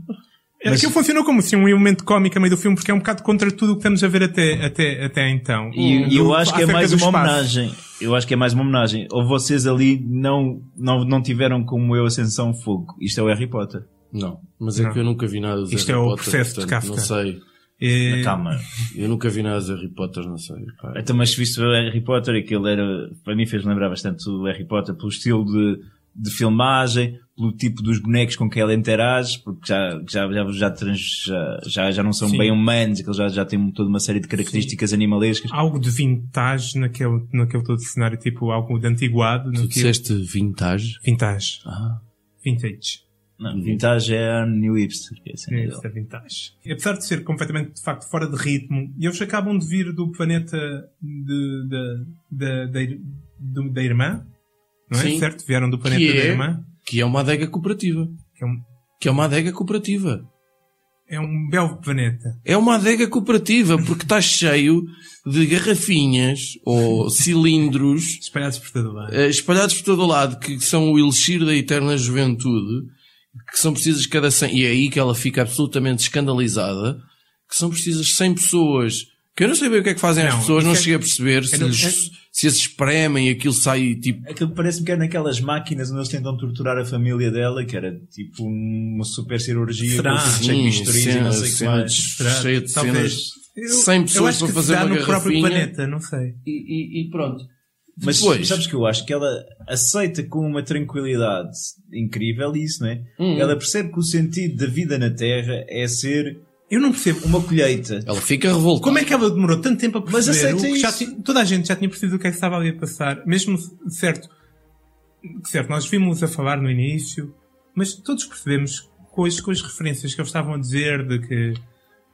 Speaker 2: aquilo funcionou como assim, um elemento cómico a meio do filme, porque é um bocado contra tudo o que estamos a ver até, até, até então.
Speaker 3: E e
Speaker 2: Do-
Speaker 3: eu acho que é
Speaker 2: acerca
Speaker 3: mais
Speaker 2: do
Speaker 3: uma
Speaker 2: espaço.
Speaker 3: homenagem. Eu acho que é mais uma homenagem. Ou vocês ali não, não, não tiveram como eu Ascensão Fogo. Isto é o Harry Potter.
Speaker 4: Não, mas é
Speaker 2: Não.
Speaker 4: que eu nunca vi nada de
Speaker 2: Isto
Speaker 4: Harry
Speaker 2: é o
Speaker 4: Potter,
Speaker 2: processo de
Speaker 4: portanto, Não
Speaker 2: Kafka.
Speaker 4: sei.
Speaker 2: É,
Speaker 4: Tá.
Speaker 3: Calma.
Speaker 4: Eu nunca vi nada de Harry Potter, não sei. pá.
Speaker 3: Então, mas se viste o Harry Potter, aquilo era, para mim fez lembrar bastante o Harry Potter pelo estilo de, de filmagem, pelo tipo dos bonecos com que ela interage, porque já, já, já, já, trans- já, já, já não são
Speaker 2: Sim.
Speaker 3: bem humanos, aquilo já, já tem toda uma série de características animalescas.
Speaker 2: algo de vintage naquele, naquele todo cenário, tipo algo de antiguado.
Speaker 4: Tu
Speaker 2: naquilo.
Speaker 4: disseste vintage?
Speaker 2: Vintage.
Speaker 4: Ah.
Speaker 2: Vintage.
Speaker 3: Não, vintage é a New Hipster, que é assim.
Speaker 2: Esse da vintage. E apesar de ser completamente, de facto, fora de ritmo, eles acabam de vir do planeta de, de- da- da ir- do- da irmã, não é?
Speaker 4: Sim.
Speaker 2: Certo? Vieram do planeta
Speaker 4: Que
Speaker 2: da
Speaker 4: é-
Speaker 2: irmã.
Speaker 4: Que é uma adega cooperativa.
Speaker 2: Que é, um,
Speaker 4: Que é uma adega cooperativa.
Speaker 2: é um belo planeta.
Speaker 4: É uma adega cooperativa porque está cheio de garrafinhas ou cilindros
Speaker 2: Espalhados por todo o lado.
Speaker 4: eh, espalhados por todo o lado que são o elixir da eterna juventude que são precisas cada 100 e é aí que ela fica absolutamente escandalizada que são precisas 100 pessoas que eu não sei bem o que é que fazem as
Speaker 2: Não,
Speaker 4: pessoas
Speaker 2: isso
Speaker 4: não
Speaker 2: é-
Speaker 4: cheguei a perceber se,
Speaker 2: não-
Speaker 4: lhes- se as espremem e aquilo sai tipo
Speaker 3: Aquilo parece-me que é naquelas máquinas onde eles tentam torturar a família dela, que era tipo uma super cirurgia,
Speaker 2: Será?
Speaker 3: com cheio de bisturis e não
Speaker 4: assim, cenas-
Speaker 3: sei o que
Speaker 4: cenas
Speaker 3: mais.
Speaker 2: Será?
Speaker 4: cheio de cenas
Speaker 2: Eu-
Speaker 4: 100
Speaker 2: eu
Speaker 4: pessoas
Speaker 2: acho
Speaker 4: para
Speaker 2: que
Speaker 4: fazer
Speaker 2: se dá
Speaker 4: uma
Speaker 2: no próprio
Speaker 4: garrafinha.
Speaker 2: planeta, não sei.
Speaker 4: e, e- e pronto
Speaker 3: Mas
Speaker 4: Depois-
Speaker 3: sabes que eu acho que ela aceita com uma tranquilidade incrível isso, não é?
Speaker 4: Hum.
Speaker 3: Ela percebe que o sentido da vida na Terra é ser
Speaker 2: Eu não percebo.
Speaker 3: uma colheita.
Speaker 4: ela fica revoltada
Speaker 2: Como é que ela demorou tanto tempo a
Speaker 3: Mas
Speaker 2: perceber?
Speaker 3: aceita
Speaker 2: o que já
Speaker 3: isso.
Speaker 2: ti- toda a gente já tinha percebido o que é que estava ali a passar. Mesmo, certo, certo, nós vimos a falar no início, mas todos percebemos com as, com as referências que eles estavam a dizer de que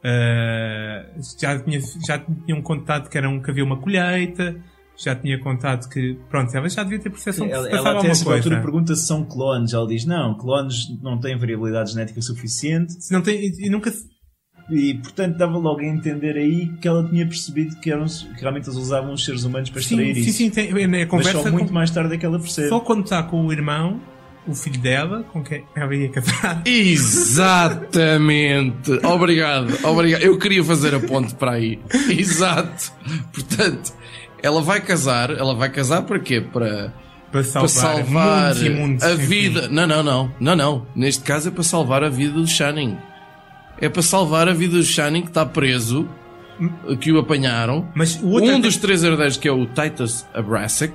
Speaker 2: ah, já, tinha, já tinham contado que, era um, que havia uma colheita, já tinha contado que, pronto, ela já devia ter percepção que
Speaker 3: Ela,
Speaker 2: se
Speaker 3: ela
Speaker 2: passava
Speaker 3: até
Speaker 2: Então,
Speaker 3: a
Speaker 2: alguma
Speaker 3: certa altura
Speaker 2: coisa.
Speaker 3: pergunta se são clones. Ela diz: não, clones não têm variabilidade genética suficiente
Speaker 2: Se não tem, e, e nunca se-
Speaker 3: e, portanto, dava logo a entender aí que ela tinha percebido que, eram, que realmente eles usavam os seres humanos para
Speaker 2: Sim,
Speaker 3: extrair
Speaker 2: sim,
Speaker 3: isso.
Speaker 2: sim, tem, é, a conversa
Speaker 3: Mas só muito
Speaker 2: com-
Speaker 3: mais tarde é que ela percebe.
Speaker 2: só quando está com o irmão, o filho dela, com quem ela ia casar.
Speaker 4: Exatamente. Obrigado, obrigado. Eu queria fazer a ponte para aí. Exato. Portanto, ela vai casar. Ela vai casar para quê? Para,
Speaker 2: Para
Speaker 4: para
Speaker 2: salvar,
Speaker 4: salvar
Speaker 2: mundos e mundos
Speaker 4: a
Speaker 2: sem fim.
Speaker 4: vida. Não, não, não. Não, não. Neste caso é para salvar a vida do Shining. É para salvar a vida do Shining que está preso, que o apanharam.
Speaker 2: Mas o outro
Speaker 4: Um
Speaker 2: até-
Speaker 4: dos três herdeiros que é o Titus Abrasic,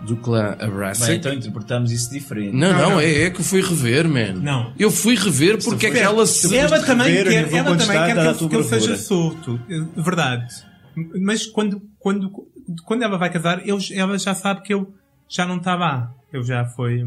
Speaker 4: do clã Abrasic.
Speaker 3: Bem, então interpretamos isso diferente.
Speaker 4: Não,
Speaker 2: Não,
Speaker 4: não,
Speaker 2: não.
Speaker 4: é, é que eu fui rever, man.
Speaker 2: Não.
Speaker 4: Eu fui rever porque é que
Speaker 2: Espera,
Speaker 4: ela se.
Speaker 2: ela também
Speaker 3: rever,
Speaker 2: quer,
Speaker 3: eu vou
Speaker 2: ela também
Speaker 3: contestar,
Speaker 2: quer
Speaker 3: dá a
Speaker 2: que
Speaker 3: tua
Speaker 2: ele, que ele seja
Speaker 3: bravura.
Speaker 2: solto. É Verdade. Mas quando, quando, quando ela vai casar, eles- ela já sabe que eu já não estava lá. Eu já foi.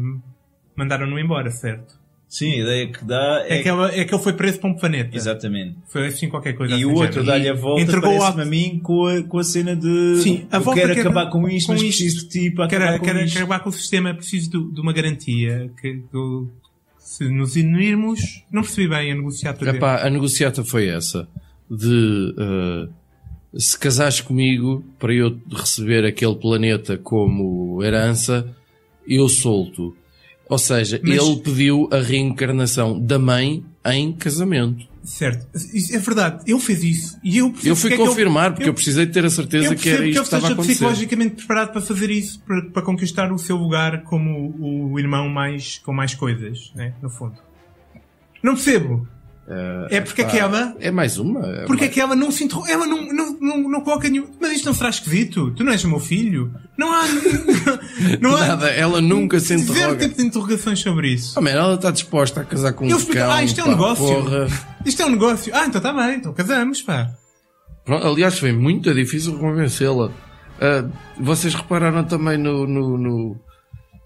Speaker 2: Mandaram-no embora, certo?
Speaker 3: Sim, a ideia que dá é,
Speaker 2: É, que ela, é que ele foi preso para um planeta.
Speaker 3: Exatamente.
Speaker 2: Foi assim qualquer coisa.
Speaker 3: E
Speaker 2: assim
Speaker 3: o
Speaker 2: do
Speaker 3: outro
Speaker 2: género.
Speaker 3: dá-lhe a volta,
Speaker 2: Entregou
Speaker 3: parece-me a mim, com a, com a cena de
Speaker 2: Sim, a
Speaker 3: eu
Speaker 2: volta
Speaker 3: quero
Speaker 2: que é-
Speaker 3: acabar com isto,
Speaker 2: com
Speaker 3: mas
Speaker 2: isto.
Speaker 3: preciso de ti para
Speaker 2: Quero,
Speaker 3: acabar com
Speaker 2: quero
Speaker 3: isto.
Speaker 2: acabar com o sistema, preciso do- de, uma garantia. Que, do- se nos unirmos. Não percebi bem a negociata dele.
Speaker 4: Epá, a negociata foi essa: de eh, se casares comigo para eu receber aquele planeta como herança, eu solto. Ou seja,
Speaker 2: Mas-
Speaker 4: ele pediu a reencarnação da mãe em casamento.
Speaker 2: Certo. Isso é verdade. Eu fiz isso. E eu percebo
Speaker 4: Eu fui
Speaker 2: porque é que
Speaker 4: confirmar porque eu,
Speaker 2: eu-
Speaker 4: precisei de ter a certeza
Speaker 2: Eu
Speaker 4: que
Speaker 2: percebo
Speaker 4: era
Speaker 2: que ele
Speaker 4: isto que estava a
Speaker 2: esteja
Speaker 4: acontecer.
Speaker 2: psicologicamente preparado para fazer isso, para, para conquistar o seu lugar como o, o irmão mais, com mais coisas, né? no fundo. Não percebo. É porque aquela.
Speaker 4: Eh, É mais uma.
Speaker 2: Porque aquela não se interrompe. Ela não, não, não, não coloca nenhum. Mas isto não será esquisito? Tu não és o meu filho? Não há. Não há.
Speaker 4: Nada, ela nunca se
Speaker 2: Zero
Speaker 4: interroga.
Speaker 2: tipo de interrogações sobre isso.
Speaker 4: Oh, man, ela está disposta a casar com
Speaker 2: Eu
Speaker 4: um
Speaker 2: explico,
Speaker 4: cão.
Speaker 2: ah, isto é um
Speaker 4: pá,
Speaker 2: negócio.
Speaker 4: Porra.
Speaker 2: Isto é um negócio. Ah, então está bem, então casamos, pá.
Speaker 4: Pronto, aliás, foi muito difícil convencê-la. Ah, vocês repararam também no, no, no,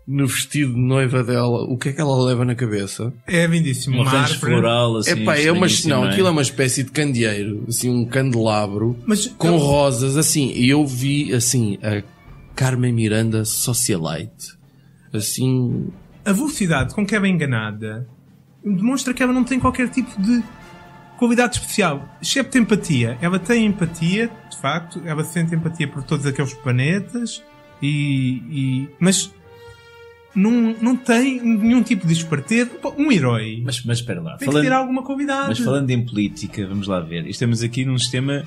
Speaker 4: no vestido de noiva dela, o que é que ela leva na cabeça?
Speaker 2: É lindíssimo.
Speaker 3: Um
Speaker 2: Uma
Speaker 3: rancho
Speaker 2: árvore.
Speaker 3: floral, assim.
Speaker 4: Epá, é uma,
Speaker 3: estranhíssimo,
Speaker 4: não,
Speaker 3: é?
Speaker 4: aquilo é uma espécie de candeeiro, assim, um candelabro,
Speaker 2: Mas
Speaker 4: com
Speaker 2: eu-
Speaker 4: rosas, assim, e eu vi, assim, a Carmen Miranda Socialite, assim,
Speaker 2: A velocidade com que ela é enganada demonstra que ela não tem qualquer tipo de qualidade especial, excepto empatia. Ela tem empatia, de facto, ela sente empatia por todos aqueles planetas e. e- mas não, não tem nenhum tipo de esperteza. Pá, Um herói
Speaker 3: Mas, mas espera lá.
Speaker 2: tem
Speaker 3: falando-
Speaker 2: que ter alguma qualidade.
Speaker 3: Mas falando em política, vamos lá ver. Estamos aqui num sistema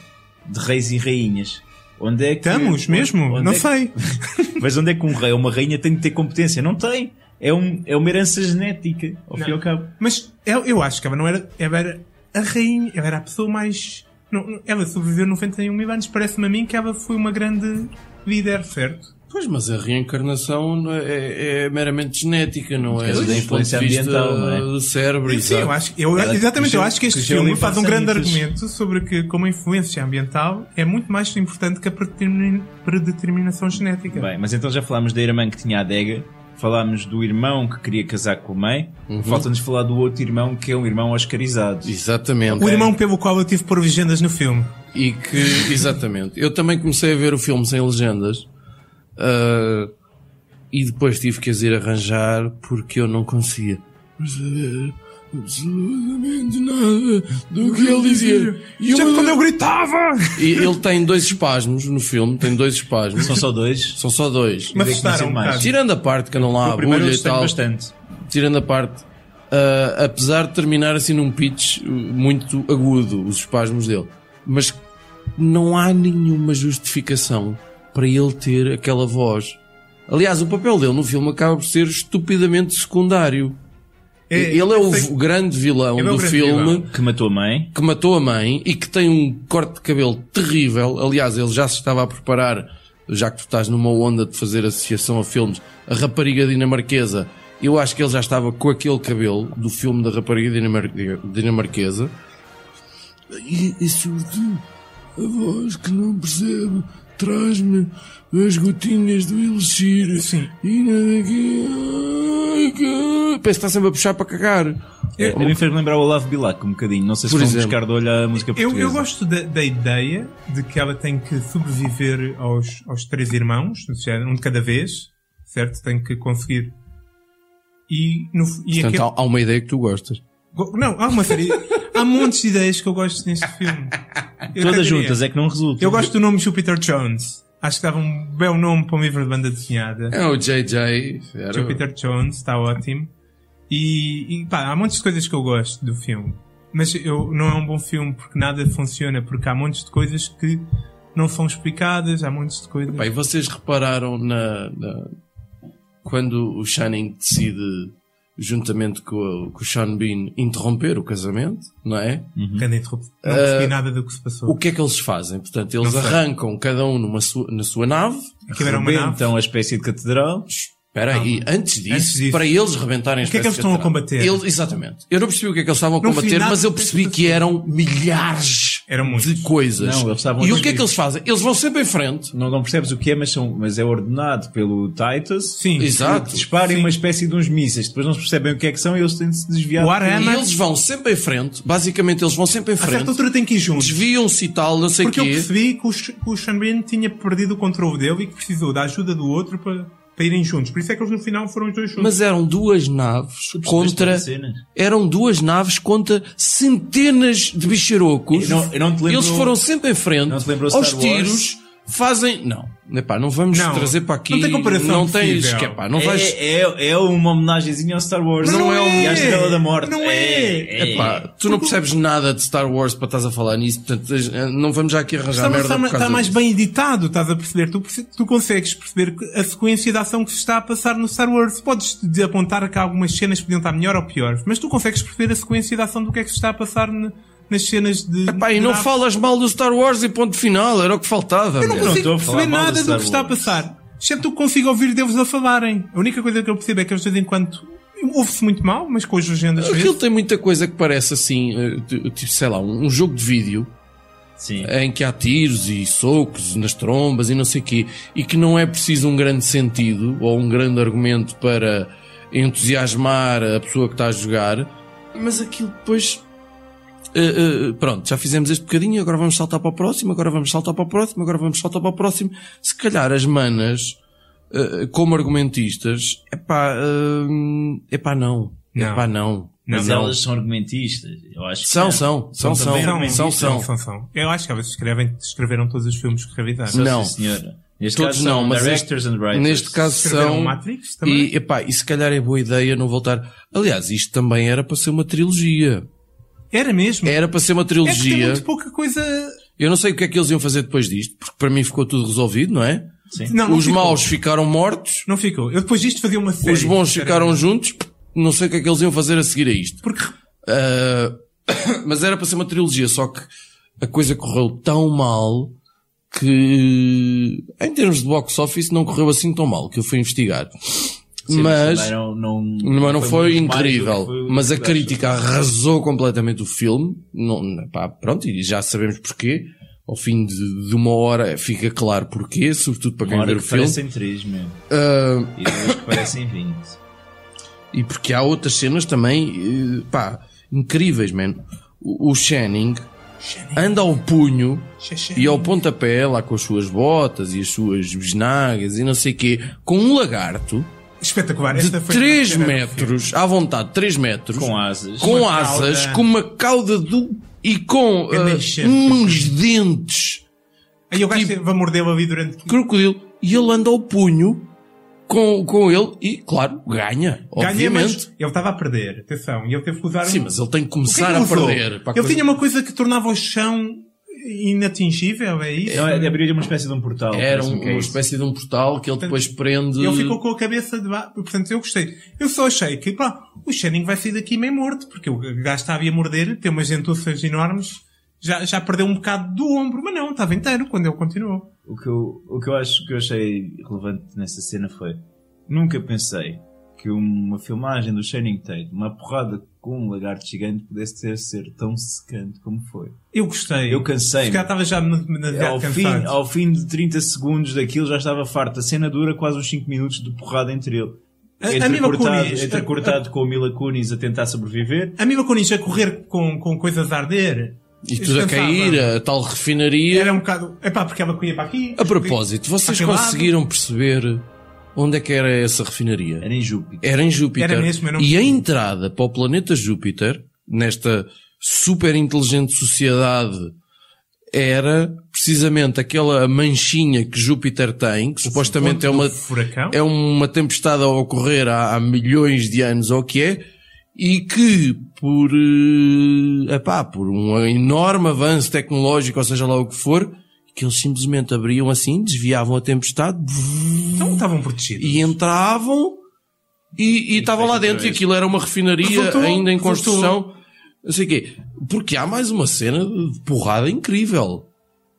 Speaker 3: de reis e rainhas. Onde é que.
Speaker 2: Estamos
Speaker 3: onde-
Speaker 2: mesmo?
Speaker 3: onde
Speaker 2: não
Speaker 3: é que-
Speaker 2: sei.
Speaker 3: Mas onde é que um rei ou uma rainha tem de ter competência? Não tem. É, um, é uma herança genética, ao fim e ao cabo.
Speaker 2: Mas eu, eu acho que ela não era. Ela era a rainha, ela era a pessoa mais. não- não- ela sobreviveu 91 mil anos. Parece-me a mim que ela foi uma grande líder, certo?
Speaker 4: Pois, mas a reencarnação não é, é- é meramente genética, não é?
Speaker 3: causa da
Speaker 4: Do
Speaker 3: influência
Speaker 4: ponto de vista
Speaker 3: ambiental, não é?
Speaker 4: Do cérebro,
Speaker 2: Sim,
Speaker 4: exato.
Speaker 2: eu acho, eu,
Speaker 3: Ela
Speaker 2: exatamente, eu
Speaker 3: cresceu-
Speaker 2: acho que este
Speaker 3: cresceu ali
Speaker 2: filme
Speaker 3: em
Speaker 2: faz um grande
Speaker 3: Parsanitas.
Speaker 2: argumento sobre que, como a influência ambiental é muito mais importante que a predetermin- predeterminação genética.
Speaker 3: Bem, mas então já falámos da irmã que tinha a adega, falámos do irmão que queria casar com a mãe,
Speaker 4: Uhum.
Speaker 3: falta-nos falar do outro irmão que é um irmão oscarizado.
Speaker 4: Exatamente.
Speaker 2: o irmão pelo qual eu tive por legendas no filme.
Speaker 4: E que, exatamente. Eu também comecei a ver o filme sem legendas. ah, e depois tive que as ir arranjar porque eu não conseguia. perceber Absolutamente nada do que ele dizia. E
Speaker 2: Já
Speaker 4: uma-
Speaker 2: quando eu gritava!
Speaker 4: e ele tem dois espasmos no filme, tem dois espasmos.
Speaker 3: São só dois.
Speaker 4: São só dois.
Speaker 2: Me
Speaker 3: que
Speaker 2: assustaram um
Speaker 3: nasceu mais.
Speaker 2: bocado.
Speaker 4: Tirando assim a parte que não lá a
Speaker 3: O primeiro eu
Speaker 4: bolha e
Speaker 3: gostei
Speaker 4: tal.
Speaker 3: bastante.
Speaker 4: tirando a parte, ah, apesar de terminar assim num pitch uh, muito agudo, os espasmos dele, mas não há nenhuma justificação para ele ter aquela voz. Aliás, o papel dele no filme acaba por ser estupidamente secundário.
Speaker 2: É,
Speaker 4: ele é o
Speaker 2: eu sei-
Speaker 4: v- grande vilão
Speaker 2: Ele é o
Speaker 4: do
Speaker 2: grande
Speaker 4: filme
Speaker 2: vilão.
Speaker 3: Que matou a mãe.
Speaker 4: que matou a mãe e que tem um corte de cabelo terrível. Aliás, ele já se estava a preparar, já que tu estás numa onda de fazer associação a filmes, a rapariga dinamarquesa. Eu acho que ele já estava com aquele cabelo do filme da rapariga dinamar- dinamarquesa. E, e sobretudo, a voz que não percebe traz-me as gotinhas do elixir.
Speaker 2: Sim.
Speaker 4: E nada aqui. Ai, que... Parece que está sempre a puxar para cagar.
Speaker 3: A mim É, fez lembrar o Olavo Bilac um bocadinho. Não sei se
Speaker 4: Por
Speaker 3: vão
Speaker 4: exemplo.
Speaker 3: buscar de olho à música
Speaker 2: Eu,
Speaker 3: portuguesa.
Speaker 2: eu gosto da, da ideia de que ela tem que sobreviver aos, aos três irmãos, ou seja, um de cada vez, certo? Tem que conseguir. E, no, e
Speaker 4: Portanto,
Speaker 2: aquele-
Speaker 4: há- há uma ideia que tu gostas.
Speaker 3: um-
Speaker 2: Go- Não, há uma série. há montes de ideias que eu gosto neste filme. Eu até diria.
Speaker 3: Todas juntas é que não resulta.
Speaker 2: Eu gosto do nome Jupiter Jones. Acho que dava um belo nome para um livro de banda desenhada.
Speaker 4: É o JJ. Era...
Speaker 2: Jupiter Jones, está ótimo. E, e pá, há montes de coisas que eu gosto do filme. Mas eu, não é um bom filme porque nada funciona, porque há montes de coisas que não são explicadas, há montes de coisas.
Speaker 4: Bem, vocês repararam na, na- quando o Shining decide, juntamente com, o- com o Sean Bean, interromper o casamento, não é?
Speaker 2: Grande interrupção. Não percebi nada do que se
Speaker 4: eh, O
Speaker 2: passou.
Speaker 4: que é que eles fazem? Portanto, eles
Speaker 2: Não sei.
Speaker 4: arrancam cada um numa sua, na sua nave.
Speaker 2: Aquilo era uma nave.
Speaker 3: Então a espécie de catedral.
Speaker 4: Espera aí, antes disso,
Speaker 2: Antes disso.
Speaker 4: para eles rebentarem as
Speaker 2: O que é que eles estão
Speaker 4: peças
Speaker 2: a
Speaker 4: teatrais.
Speaker 2: combater?
Speaker 4: Eles- exatamente. Eu não percebi o que é que eles estavam a
Speaker 2: Não vi
Speaker 4: combater,
Speaker 2: nada
Speaker 4: mas eu
Speaker 2: do que
Speaker 4: percebi que eram milhares
Speaker 2: Eram muitos.
Speaker 4: de coisas.
Speaker 3: Não, eles estavam a
Speaker 4: e o que é
Speaker 3: desviar.
Speaker 4: que eles fazem? Eles vão sempre em frente.
Speaker 3: Não, não percebes o que é, mas, são, mas é ordenado pelo Titus.
Speaker 2: Sim.
Speaker 4: Exato.
Speaker 3: Disparem uma espécie de uns mísseis. Depois não se percebem o que é que são e eles têm de se desviar.
Speaker 2: O ar é-
Speaker 4: E
Speaker 2: Mas-
Speaker 4: eles vão sempre em frente, basicamente eles vão sempre em
Speaker 2: A certa
Speaker 4: frente,
Speaker 2: altura tem que ir juntos.
Speaker 4: desviam-se e tal, não sei o
Speaker 2: é Porque eu
Speaker 4: quê.
Speaker 2: percebi que o, Sh- que o Sean Bean tinha perdido o controle dele e que precisou da ajuda do outro para, para irem juntos. Por isso é que eles no final foram os dois juntos.
Speaker 4: Mas eram duas naves
Speaker 3: Esta
Speaker 2: é
Speaker 4: contra.
Speaker 3: cena.
Speaker 4: Eram duas naves contra centenas de bicharocos.
Speaker 3: Eu não- eu não te lembro-
Speaker 4: Eles foram sempre em frente,
Speaker 3: não te lembro
Speaker 4: aos
Speaker 3: Star Wars?
Speaker 4: tiros, fazem. Não, epá, não vamos
Speaker 2: Não.
Speaker 4: trazer para aqui.
Speaker 2: Não tem comparação
Speaker 4: Não tens,
Speaker 2: possível.
Speaker 4: que, epá, não vais.
Speaker 3: É, é, é uma homenagenzinha ao Star Wars.
Speaker 2: Mas não é.
Speaker 3: E à Estrela da Morte.
Speaker 2: Não é.
Speaker 4: Epá, tu não percebes nada de Star Wars para estás a falar nisso, portanto, tens- eh, não vamos já aqui arranjar
Speaker 2: Está,
Speaker 4: merda
Speaker 2: está-
Speaker 4: por
Speaker 2: está
Speaker 4: causa
Speaker 2: mais
Speaker 4: disso.
Speaker 2: bem editado, estás a perceber? Tu, perce- tu consegues perceber que a sequência de ação que se está a passar no Star Wars. Podes de- apontar que algumas cenas podiam estar melhor ou pior, mas tu consegues perceber a sequência de ação do que é que se está a passar ne- nas cenas de.
Speaker 4: Epá, e
Speaker 2: de
Speaker 4: não
Speaker 2: nave.
Speaker 4: falas mal do Star Wars e ponto final, era o que faltava.
Speaker 2: Eu não
Speaker 4: meu.
Speaker 2: consigo
Speaker 3: estou a falar
Speaker 2: perceber
Speaker 3: mal do
Speaker 2: nada do
Speaker 3: Star
Speaker 2: que está a
Speaker 3: Wars.
Speaker 2: passar. Excepto que consigo ouvir deles a falarem. A única coisa que eu percebo é que eles de vez em quando ouve-se muito mal, mas com as legendas.
Speaker 4: Aquilo
Speaker 2: vê-se.
Speaker 4: tem muita coisa que parece assim, eh, ti- tipo, sei lá, um um jogo de vídeo
Speaker 3: Sim.
Speaker 4: em que há tiros e socos nas trombas e não sei quê, e que não é preciso um grande sentido ou um grande argumento para entusiasmar a pessoa que está a jogar, mas aquilo depois. eh, eh, pronto, já fizemos este bocadinho, agora vamos saltar para o próximo, agora vamos saltar para o próximo, agora vamos saltar para o próximo. Se calhar as manas, eh, como argumentistas, é pá, é pá, não.
Speaker 2: Não.
Speaker 4: É pá, não.
Speaker 3: Mas
Speaker 4: Não.
Speaker 3: elas são argumentistas. Eu acho que
Speaker 4: São,
Speaker 3: não.
Speaker 4: são, são, são,
Speaker 3: também
Speaker 4: são, são,
Speaker 2: são, são, são. Eu acho que elas escrevem, escreveram todos os filmes que revisaram.
Speaker 3: Só
Speaker 4: Não.
Speaker 3: sim, senhora. Neste
Speaker 4: Todos
Speaker 3: caso são
Speaker 4: não, mas
Speaker 3: directors and writers.
Speaker 4: Neste caso
Speaker 2: Escreveram
Speaker 4: são.
Speaker 2: Matrix também?
Speaker 4: E, epá, e se calhar é boa ideia não voltar. Aliás, isto também era para ser uma trilogia.
Speaker 2: Era mesmo.
Speaker 4: Era para ser uma
Speaker 2: É que tem
Speaker 4: trilogia.
Speaker 2: muito pouca coisa.
Speaker 4: Eu não sei o que é que eles iam fazer depois disto, porque para mim ficou tudo resolvido, não é?
Speaker 3: Sim.
Speaker 2: Não, não
Speaker 4: Os
Speaker 2: ficou.
Speaker 4: maus ficaram mortos,
Speaker 2: Não ficou. Eu depois disto fazia uma série.
Speaker 4: os bons ficaram juntos, não sei o que é que eles iam fazer a seguir a isto.
Speaker 2: Porque
Speaker 4: Ah, mas era para ser uma trilogia, só que a coisa correu tão mal que, em termos de box office, não correu assim tão mal, que eu fui investigar.
Speaker 3: Sim,
Speaker 4: mas,
Speaker 3: também não, não,
Speaker 4: Mas não foi,
Speaker 3: muito mais do que
Speaker 4: incrível.
Speaker 3: foi o
Speaker 4: mas a
Speaker 3: que
Speaker 4: crítica arrasou completamente o filme. Não, não, pá, pronto, e já sabemos porquê. Ao fim de, de uma hora fica claro porquê, sobretudo para
Speaker 3: Uma
Speaker 4: quem
Speaker 3: hora
Speaker 4: ver o
Speaker 3: que
Speaker 4: filme.
Speaker 3: parecem 3, meu.
Speaker 4: Ah,
Speaker 3: E duas que parecem 20.
Speaker 4: e porque há outras cenas também, eh, pá, incríveis, man. O, o Channing anda ao punho e ao pontapé, lá com as suas botas e as suas bisnagas e não sei quê, com um lagarto
Speaker 2: espetacular.
Speaker 4: de
Speaker 2: Esta foi a
Speaker 4: 3
Speaker 2: cena do filme.
Speaker 4: metros, à vontade, 3 metros.
Speaker 3: Com asas.
Speaker 4: com
Speaker 2: Uma
Speaker 4: asas,
Speaker 2: cauda.
Speaker 4: com uma cauda do e com
Speaker 2: Eu
Speaker 4: ah,
Speaker 2: nem sei.
Speaker 4: uns dentes
Speaker 2: Aí o gajo
Speaker 4: Tipo-
Speaker 2: vai mordê-lo ali durante.
Speaker 4: de crocodilo e ele anda ao punho com, com ele e, claro, ganha,
Speaker 2: Ganha,
Speaker 4: obviamente.
Speaker 2: mas ele estava a perder. Atenção. E ele teve que usar.
Speaker 4: Sim,
Speaker 2: um-
Speaker 4: mas ele tem que
Speaker 2: O que é
Speaker 4: começar
Speaker 2: que
Speaker 4: a
Speaker 2: usou?
Speaker 4: perder. pá,
Speaker 2: Ele
Speaker 4: coisa-
Speaker 2: tinha uma coisa que tornava o chão inatingível, é isso?
Speaker 3: Não, é- abriu-lhe uma espécie de um portal.
Speaker 4: Era
Speaker 3: parece-me
Speaker 4: um-
Speaker 3: que é
Speaker 4: uma
Speaker 3: isso.
Speaker 4: espécie de um portal que ele depois prende.
Speaker 2: Ele ficou com a cabeça de baixo. Portanto, eu gostei. Eu só achei que, pá, o Channing vai sair daqui meio morto, porque o gajo está ali a morder, tem umas dentuças enormes, já, já perdeu um bocado do ombro, mas não, estava inteiro quando ele continuou.
Speaker 3: O que eu, o que eu acho que eu achei relevante nessa cena foi nunca pensei que uma filmagem do Shining Tate, uma porrada com um lagarto gigante pudesse ter ser tão secante como foi.
Speaker 2: Eu gostei.
Speaker 3: Eu cansei-me.
Speaker 2: Se calhar estava já na, na
Speaker 3: Ao fim,
Speaker 2: É, cansado.
Speaker 3: ao fim de 30 segundos daquilo já estava farto. A cena dura quase uns 5 minutos de porrada entre ele.
Speaker 2: A- a Mila
Speaker 3: Entrecortado,
Speaker 2: Kunis.
Speaker 3: entrecortado com o Mila Kunis a tentar sobreviver.
Speaker 2: A Mila Kunis a correr com, com coisas a arder.
Speaker 4: E tudo a
Speaker 2: Descansava.
Speaker 4: cair, a tal refinaria.
Speaker 2: Era um bocado. Epá, porque ela corria para aqui.
Speaker 4: A propósito, vocês
Speaker 2: Aquele lado.
Speaker 4: conseguiram perceber onde é que era essa refinaria?
Speaker 3: Era em Júpiter.
Speaker 4: Era em Júpiter.
Speaker 2: Era mesmo, eu não
Speaker 4: e a
Speaker 2: percebi.
Speaker 4: entrada para o planeta Júpiter, nesta super inteligente sociedade, era precisamente aquela manchinha que Júpiter tem, que supostamente é
Speaker 2: ponto
Speaker 4: uma,
Speaker 2: do furacão?
Speaker 4: é uma tempestade a ocorrer há, há milhões de anos, ou o que é, e que por, eh, epá, por um enorme avanço tecnológico, ou seja lá o que for, que eles simplesmente abriam assim, desviavam a tempestade,
Speaker 2: Então estavam protegidos.
Speaker 4: e entravam e, e estavam lá dentro e aquilo era uma refinaria
Speaker 2: Resultou,
Speaker 4: ainda em
Speaker 2: resultou.
Speaker 4: construção. Não sei o quê. Porque há mais uma cena de porrada incrível.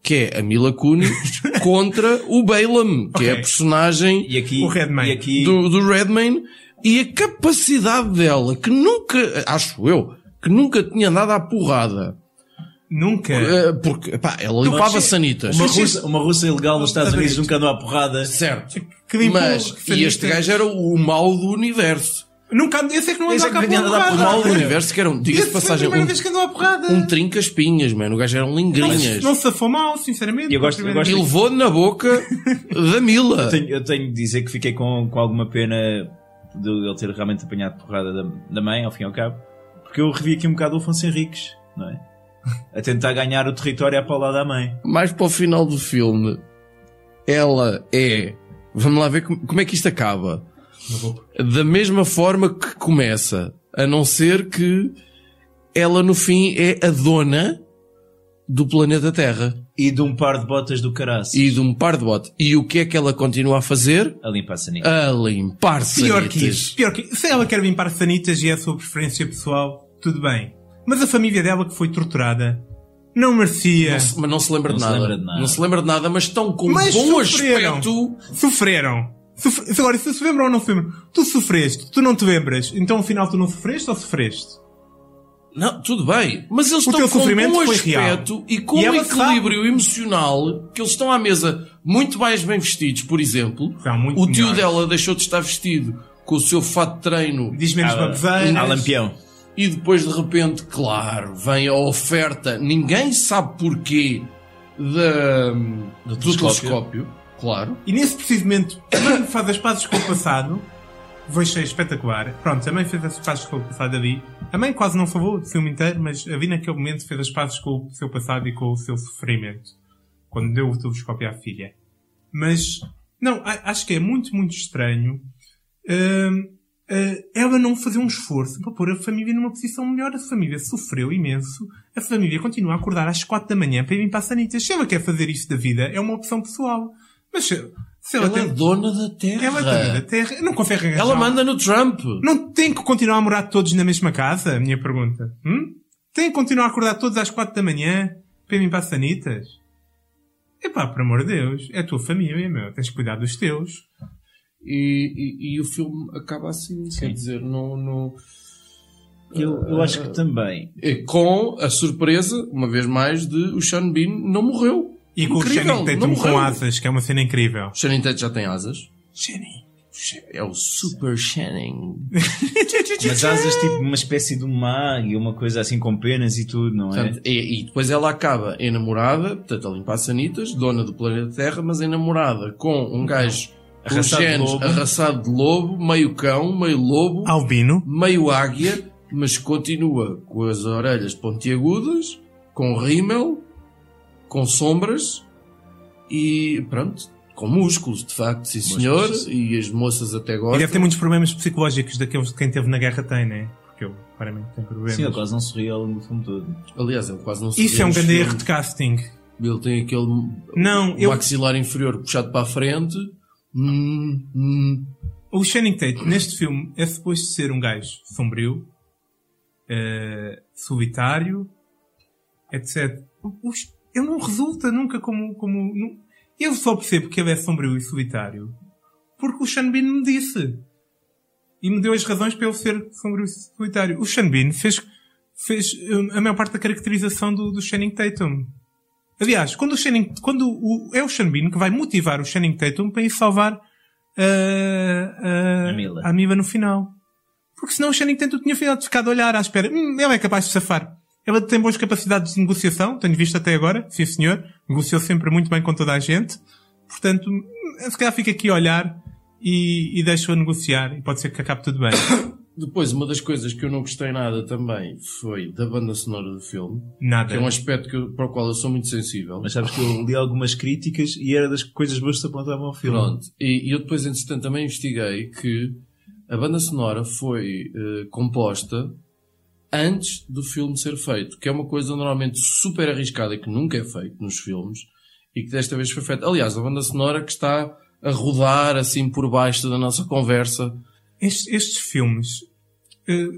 Speaker 4: Que é a Mila Kunis contra o Balaam, que é a
Speaker 2: Ok.
Speaker 4: personagem
Speaker 3: E aqui,
Speaker 2: O Redman.
Speaker 3: e aqui
Speaker 4: do, do Redman e a capacidade dela, que nunca, acho eu, que nunca tinha dado à porrada.
Speaker 2: Nunca.
Speaker 4: Eh, Porque, pá, ela limpava sanitas.
Speaker 3: uma, russa, uma russa ilegal nos Estados Unidos nunca andou à porrada.
Speaker 4: Certo.
Speaker 2: Que limpou-
Speaker 4: um Mas,
Speaker 2: que
Speaker 4: e este
Speaker 2: sanita.
Speaker 4: gajo era o mal do universo.
Speaker 2: Nunca. Eu sei que não
Speaker 3: Esse
Speaker 2: andava
Speaker 3: é que
Speaker 2: cá
Speaker 3: vinha andar
Speaker 4: O
Speaker 3: por
Speaker 4: mal do
Speaker 2: porrada.
Speaker 4: universo que era um, diga-se
Speaker 2: Essa foi
Speaker 4: de
Speaker 2: a
Speaker 4: passagem,
Speaker 2: primeira
Speaker 4: um,
Speaker 2: vez que andou à porrada.
Speaker 4: um trinca-espinhas, mano. O gajo era um lingrinhas.
Speaker 2: Não se safou mal, sinceramente.
Speaker 3: Eu gosto- eu gosto-
Speaker 4: E levou na boca da
Speaker 3: Eu
Speaker 4: Mila.
Speaker 3: tenho, eu tenho de dizer que fiquei com, com alguma pena de ele ter realmente apanhado porrada da, da mãe, ao fim e ao cabo, porque eu revi aqui um bocado o Afonso Henriques, não é? A tentar ganhar o território à paulada da mãe.
Speaker 4: Mais para o final do filme, ela é. Vamos lá ver como, como é que isto acaba. Da mesma forma que começa. A não ser que ela no fim é a dona do planeta Terra
Speaker 3: E de um par de botas do caraço.
Speaker 4: e de um par de bote. E o que é que ela continua a fazer?
Speaker 3: A limpar a sanita.
Speaker 4: A limpar
Speaker 2: Pior que
Speaker 4: sanitas.
Speaker 2: isso. Pior que Se ela quer limpar sanitas e é a sua preferência pessoal, tudo bem. Mas a família dela que foi torturada não merecia.
Speaker 4: Não se- mas não se lembra,
Speaker 3: Não
Speaker 4: de,
Speaker 3: se
Speaker 4: nada.
Speaker 3: lembra de nada.
Speaker 4: Não se lembra de nada, mas estão com um
Speaker 2: Mas
Speaker 4: bom
Speaker 2: sofreram.
Speaker 4: aspecto.
Speaker 2: Sofreram. Sofre... Agora, se se lembram ou não se lembram, tu sofreste, tu não te lembras, então afinal tu não sofreste ou sofreste?
Speaker 4: Não, tudo bem. Mas eles
Speaker 2: O
Speaker 4: estão
Speaker 2: teu
Speaker 4: com um
Speaker 2: sofrimento
Speaker 4: bom
Speaker 2: foi real.
Speaker 4: aspecto e com
Speaker 2: E
Speaker 4: um
Speaker 2: ela
Speaker 4: equilíbrio emocional que eles estão à mesa muito mais bem vestidos, por exemplo.
Speaker 2: Estão muito
Speaker 4: o tio
Speaker 2: melhores.
Speaker 4: dela deixou de estar vestido com o seu fato de treino
Speaker 2: Diz menos babeseiras.
Speaker 3: a Ah, lampião.
Speaker 4: e depois de repente, claro, vem a oferta, ninguém sabe porquê, da, do,
Speaker 3: telescópio.
Speaker 4: telescópio. Claro.
Speaker 2: E nesse preciso momento, a mãe faz as pazes com o passado. Vai ser espetacular. Pronto, a mãe fez as pazes com o passado ali. A mãe quase não falou do filme inteiro, mas a Vi naquele momento fez as pazes com o seu passado e com o seu sofrimento. Quando deu o telescópio à filha. Mas, não, a- acho que é muito, muito estranho. hum, eh, ela não fazer um esforço para pôr a família numa posição melhor. A família sofreu imenso. A família continua a acordar às quatro da manhã para ir para a sanita. Se ela quer fazer isto da vida, é uma opção pessoal. Mas se, se ela,
Speaker 4: Ela é
Speaker 2: tem...
Speaker 4: dona da terra.
Speaker 2: Ela também da Terra. Não consegue arranjar.
Speaker 4: Ela manda no Trump.
Speaker 2: Não tem que continuar a morar todos na mesma casa? Minha pergunta. Hum? Tem que continuar a acordar todos às quatro da manhã para mim para as sanitas? Epá, por amor de Deus. É a tua família, meu. Tens que cuidar dos teus.
Speaker 4: E, e- e o filme acaba assim, quer dizer, não, não-
Speaker 3: Eu, eu acho que também.
Speaker 4: É com a surpresa, uma vez mais, de o Sean Bean não morreu.
Speaker 2: E com o Channing
Speaker 4: não
Speaker 2: Tatum
Speaker 4: morreu.
Speaker 2: com asas, que é uma cena incrível.
Speaker 4: O Channing Tatum já tem asas.
Speaker 2: Channing.
Speaker 4: É o Super Channing.
Speaker 2: É.
Speaker 3: Mas asas tipo uma espécie de um mag, uma coisa assim com penas e tudo, não é?
Speaker 4: Portanto, e, e depois ela acaba enamorada, portanto, a limpar sanitas, dona do planeta Terra, mas enamorada com um gajo com
Speaker 3: Arraçado de
Speaker 4: genes
Speaker 3: lobo.
Speaker 4: arraçado de lobo, meio cão, meio lobo,
Speaker 2: Albino.
Speaker 4: meio águia, mas continua com as orelhas pontiagudas, com rímel, com sombras e pronto, com músculos, de facto, sim senhor,
Speaker 3: Músculos,
Speaker 4: e as moças até
Speaker 2: E
Speaker 4: gostam.
Speaker 2: deve ter muitos problemas psicológicos daqueles que quem teve na guerra tem, né? Porque eu, claramente, tenho problemas.
Speaker 3: Sim, ele quase não sorriu ao longo do filme todo.
Speaker 4: Aliás, ele quase não se
Speaker 2: Isso
Speaker 4: vê
Speaker 2: é um
Speaker 4: nos
Speaker 2: grande erro
Speaker 4: filmes.
Speaker 2: de casting.
Speaker 4: Ele tem aquele
Speaker 2: Não, eu,
Speaker 4: maxilar inferior puxado para a frente. Hum, hum.
Speaker 2: O Channing Tate, neste filme, é suposto ser um gajo sombrio, eh, solitário, etc. O- os- Ele não resulta nunca como... como nu- Eu só percebo que ele é sombrio e solitário porque o Sean Bean me disse. E me deu as razões para ele ser sombrio e solitário. O Sean Bean fez, fez hum, a maior parte da caracterização do, do Channing Tatum. Aliás, quando, o Channing, quando o, é o Sean Bean que vai motivar o Channing Tatum para ir salvar ah, ah,
Speaker 3: A Mila.
Speaker 2: a Mila no final. Porque senão o Channing Tatum tinha ficado ficado a olhar à espera. Hum, ele é capaz de safar. Ela tem boas capacidades de negociação, tenho visto até agora, sim senhor. Negociou sempre muito bem com toda a gente. Portanto, hum, se calhar fica aqui a olhar e, e deixa-o negociar. E pode ser que acabe tudo bem.
Speaker 4: Depois, uma das coisas que eu não gostei nada também foi da banda sonora do filme, que
Speaker 2: Nada.
Speaker 4: é um aspecto que eu- para o qual eu sou muito sensível.
Speaker 3: Mas sabes que eu li algumas críticas e era das coisas boas que se apontavam ao filme.
Speaker 4: Pronto. E, e eu depois, entretanto, também investiguei que a banda sonora foi eh, composta antes do filme ser feito, que é uma coisa normalmente super arriscada e que nunca é feito nos filmes e que desta vez foi feita. Aliás, a banda sonora que está a rodar assim por baixo da nossa conversa.
Speaker 2: Estes, estes filmes eh,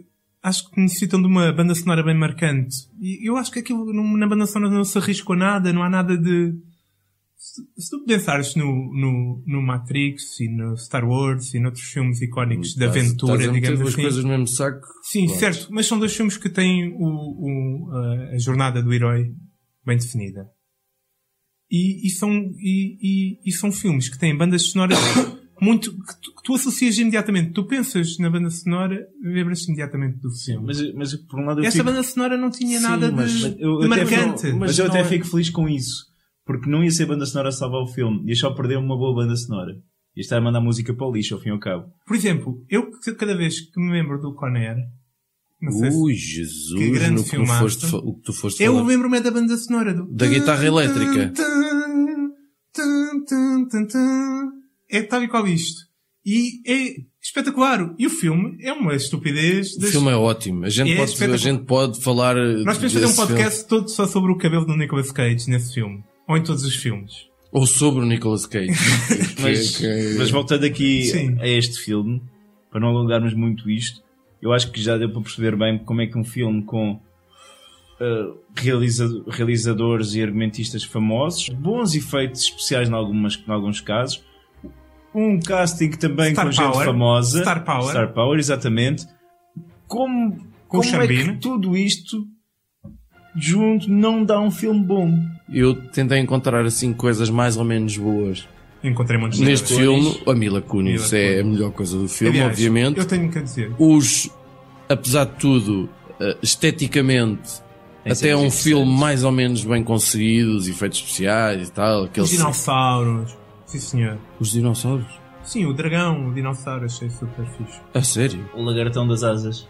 Speaker 2: acho que necessitam de uma banda sonora bem marcante. E eu acho que aquilo num- na banda sonora não se arriscou nada, não há nada de. Se, se tu pensares no, no, no Matrix e no Star Wars e noutros filmes icónicos da de
Speaker 4: Hum, Estás-
Speaker 2: aventura,
Speaker 4: estás a meter
Speaker 2: digamos
Speaker 4: duas
Speaker 2: assim.
Speaker 4: coisas no mesmo saco.
Speaker 2: Sim,
Speaker 4: Pronto.
Speaker 2: certo, mas são dois filmes que têm o, o- a- a jornada do herói bem definida. E, e são, e, e- e são filmes que têm bandas sonoras muito. que tu, que tu associas imediatamente. Tu pensas na banda sonora, lembras-te imediatamente do filme.
Speaker 3: Mas, mas por um lado eu
Speaker 2: Essa
Speaker 3: fico...
Speaker 2: banda sonora não tinha
Speaker 4: Sim,
Speaker 2: nada
Speaker 4: mas-
Speaker 2: de,
Speaker 4: mas
Speaker 3: eu,
Speaker 2: de
Speaker 3: eu até
Speaker 2: marcante.
Speaker 3: fico- mas,
Speaker 4: mas
Speaker 3: eu até
Speaker 4: não é-
Speaker 3: fico feliz com isso. Porque não ia ser banda sonora a salvar o filme. Ia só perder uma boa banda sonora. Ia estar a mandar música para o lixo, ao fim e ao cabo.
Speaker 2: Por exemplo, eu que cada vez que me lembro do Conair, não sei se-
Speaker 4: Ui,
Speaker 2: Que
Speaker 4: Jesus,
Speaker 2: grande
Speaker 4: no que, não
Speaker 2: filmaço.
Speaker 4: foste, fa- o que tu foste
Speaker 2: Eu
Speaker 4: falar.
Speaker 2: lembro-me é da banda sonora do...
Speaker 4: Da guitarra elétrica.
Speaker 2: Tum, tum, tum, tum, tum, tum, tum, é tal e qual isto. E é espetacular. E o filme é uma estupidez.
Speaker 4: O
Speaker 2: das-
Speaker 4: filme é ótimo. A gente,
Speaker 2: É
Speaker 4: pode, a
Speaker 2: espetacular.
Speaker 4: gente pode falar. eh,
Speaker 2: Nós podemos fazer um
Speaker 4: desse filme.
Speaker 2: podcast todo só sobre o cabelo do Nicolas Cage nesse filme. Ou em todos os filmes.
Speaker 4: Ou sobre o Nicolas Cage. Que- é
Speaker 3: Mas,
Speaker 4: que-
Speaker 3: mas voltando aqui
Speaker 2: Sim.
Speaker 3: a este filme, para não alongarmos muito isto, eu acho que já deu para perceber bem como é que um filme com ah, realiza- realizadores e argumentistas famosos, bons efeitos especiais em, algumas, em alguns casos, um casting também
Speaker 2: Star
Speaker 3: com gente
Speaker 2: power.
Speaker 3: famosa,
Speaker 2: Star power.
Speaker 3: Star Power, exatamente, como,
Speaker 2: Com o
Speaker 3: como é que
Speaker 2: Xambino.
Speaker 3: tudo isto junto não dá um filme bom?
Speaker 4: Eu tentei encontrar assim coisas mais ou menos boas.
Speaker 2: Encontrei muitos
Speaker 4: Neste
Speaker 2: deles.
Speaker 4: filme, a Mila Kunis
Speaker 2: Mila
Speaker 4: é a
Speaker 2: Kunis.
Speaker 4: melhor coisa do filme,
Speaker 2: Aliás,
Speaker 4: obviamente.
Speaker 2: Eu tenho que dizer.
Speaker 4: Os, apesar de tudo, eh, esteticamente,
Speaker 3: Tem
Speaker 4: até é um
Speaker 3: cenas
Speaker 4: filme mais ou menos bem conseguido, os efeitos especiais e tal.
Speaker 2: Os
Speaker 4: Aqueles,
Speaker 2: dinossauros. Sim, senhor.
Speaker 4: os dinossauros?
Speaker 2: Sim, o dragão, o dinossauro, achei super fixe.
Speaker 4: A sério?
Speaker 3: O lagartão das asas.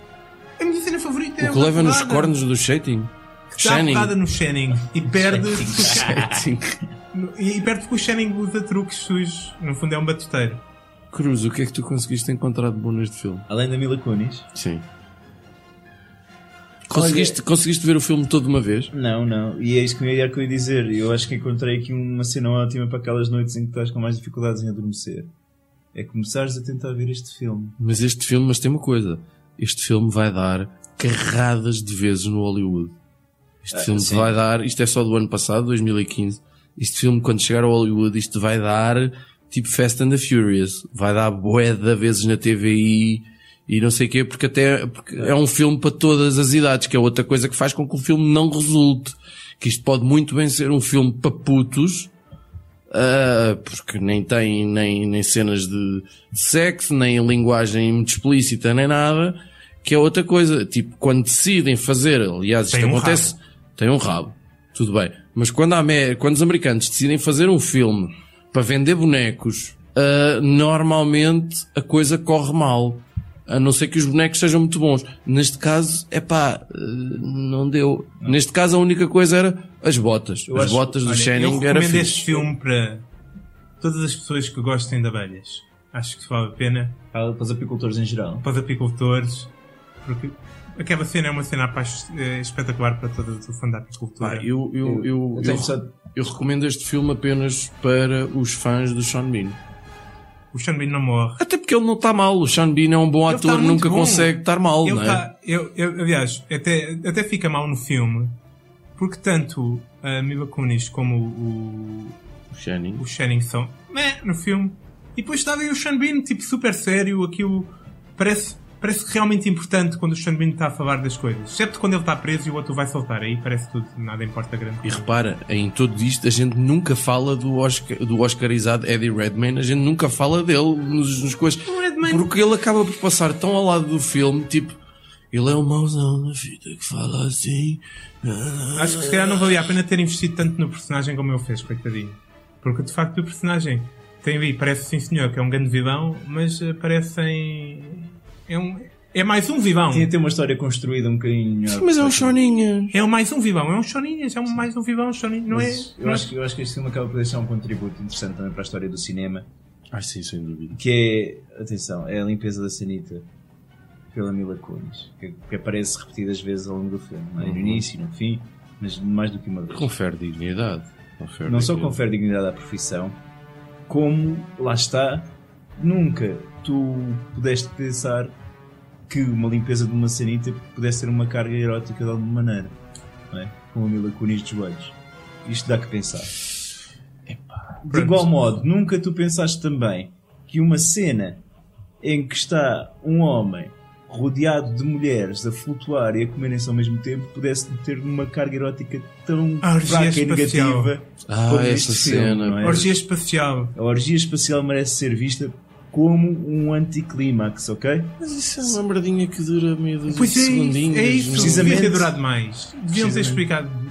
Speaker 2: A minha cena favorita é
Speaker 4: O que
Speaker 2: uma
Speaker 4: leva nos
Speaker 2: porrada.
Speaker 4: cornos do Shaiting?
Speaker 2: Dá a
Speaker 4: Shining.
Speaker 2: porrada no Shanning e perde.
Speaker 4: Shaiting.
Speaker 2: e perde porque o Shanning usa truques sujos. No fundo é um batuteiro.
Speaker 4: Cruz, o que é que tu conseguiste encontrar de bom neste filme?
Speaker 3: Além da Mila Kunis?
Speaker 4: Sim. Conseguiste, conseguiste ver o filme todo de uma vez?
Speaker 3: Não, não. E é isso que eu ia, que eu ia dizer. Eu acho que encontrei aqui uma cena ótima para aquelas noites em que estás com mais dificuldades em adormecer. É começares a tentar ver este filme.
Speaker 4: Mas este filme, mas tem uma coisa. Este filme vai dar carradas de vezes no Hollywood. Este
Speaker 3: Ah,
Speaker 4: filme
Speaker 3: sim.
Speaker 4: vai dar, isto é só do ano passado, 2015. Este filme, quando chegar ao Hollywood, isto vai dar tipo Fast and the Furious. Vai dar bué de vezes na TVI e não sei o quê, porque até porque é um filme para todas as idades, que é outra coisa que faz com que o filme não resulte. Que isto pode muito bem ser um filme para putos, ah, porque nem tem nem, nem cenas de, de sexo, nem linguagem muito explícita, nem nada, que é outra coisa. Tipo, quando decidem fazer, aliás, isto
Speaker 2: Tem um
Speaker 4: acontece, tem um rabo, tudo bem. Mas quando, a Amé- quando os americanos decidem fazer um filme para vender bonecos, ah, normalmente a coisa corre mal. A não ser que os bonecos sejam muito bons. Neste caso, é pá, não deu. Neste caso, a única coisa era as botas.
Speaker 3: Eu
Speaker 4: as
Speaker 3: acho-
Speaker 4: botas do
Speaker 2: Olha,
Speaker 4: Channing
Speaker 2: eu
Speaker 4: era
Speaker 2: recomendo
Speaker 4: fixe.
Speaker 2: este filme para todas as pessoas que gostem de abelhas. Acho que vale a pena.
Speaker 3: Para para os apicultores em geral.
Speaker 2: Para os apicultores. Porque aquela cena é uma cena apaix- eh, espetacular para toda a fã da
Speaker 4: Pá,
Speaker 2: apicultura.
Speaker 4: eu, eu, eu, eu,
Speaker 3: tenho só-
Speaker 4: eu recomendo este filme apenas para os fãs do Sean Bean.
Speaker 2: O Sean Bean não morre.
Speaker 4: Até porque ele não está mal. O Sean Bean é um bom
Speaker 2: Ele
Speaker 4: ator,
Speaker 2: tá muito
Speaker 4: nunca
Speaker 2: bom.
Speaker 4: consegue estar mal,
Speaker 2: Ele
Speaker 4: não é?
Speaker 2: tá- eu, eu, aliás, até, até fica mal no filme, porque tanto a Mila Kunis como o,
Speaker 4: O Channing.
Speaker 2: o, o Channing são meh, no filme. E depois está aí o Sean Bean, tipo, super sério, aquilo parece, parece realmente importante quando o Sean Bean está a falar das coisas. Excepto quando ele está preso e o outro vai soltar, aí parece tudo, nada importa grande.
Speaker 4: E
Speaker 2: coisa.
Speaker 4: repara, em tudo isto, a gente nunca fala do, Oscar, do Oscarizado Eddie Redmayne, a gente nunca fala dele nos, nos coisas.
Speaker 2: Redmayne-
Speaker 4: Porque ele acaba por passar tão ao lado do filme, tipo, ele é um mauzão na fita que fala assim.
Speaker 2: Acho que se calhar não valia a pena ter investido tanto no personagem como ele fez, coitadinho. Porque de facto o personagem tem ali, parece sim senhor, que é um grande vilão, mas eh, parece em. É, um... é mais um vilão.
Speaker 3: Tinha de ter uma história construída um bocadinho. melhor.
Speaker 4: Mas é um choninho.
Speaker 2: É um mais um vilão, é um choninhas, é um mais um vilão, choninho. Não é.
Speaker 3: Mas Eu
Speaker 2: não é-
Speaker 3: acho, que- eu acho que este filme acaba por deixar um contributo interessante também para a história do cinema.
Speaker 4: Ah, sim, sem dúvida.
Speaker 3: Que é, atenção, é a limpeza da sanita pela Mila Kunis. Que, que aparece repetidas vezes ao longo do filme. não é? No
Speaker 4: Uhum.
Speaker 3: início, no fim, mas mais do que uma vez.
Speaker 4: Confere dignidade. Confere
Speaker 3: não só
Speaker 4: dignidade.
Speaker 3: confere dignidade à profissão, como, lá está, nunca tu pudeste pensar que uma limpeza de uma sanita pudesse ter uma carga erótica de alguma maneira, não é? com a Mila Kunis de joelhos. Isto dá que pensar. De igual modo, nunca tu pensaste também que uma cena em que está um homem rodeado de mulheres a flutuar e a comerem-se ao mesmo tempo pudesse ter uma carga erótica tão
Speaker 2: A orgia
Speaker 3: fraca e
Speaker 2: espacial.
Speaker 3: negativa
Speaker 4: Ah,
Speaker 3: como
Speaker 4: essa
Speaker 3: este filme,
Speaker 4: cena.
Speaker 3: não é?
Speaker 2: Orgia espacial.
Speaker 3: A orgia espacial merece ser vista como um anticlímax, ok?
Speaker 4: Mas isso é uma merdinha que dura meio dúzia
Speaker 2: Pois
Speaker 4: de
Speaker 2: é, isso,
Speaker 4: segundinhos.
Speaker 2: é isso.
Speaker 3: Precisamente.
Speaker 2: Devia ter durado mais. Deviam ter
Speaker 3: Precisamente.
Speaker 2: explicado.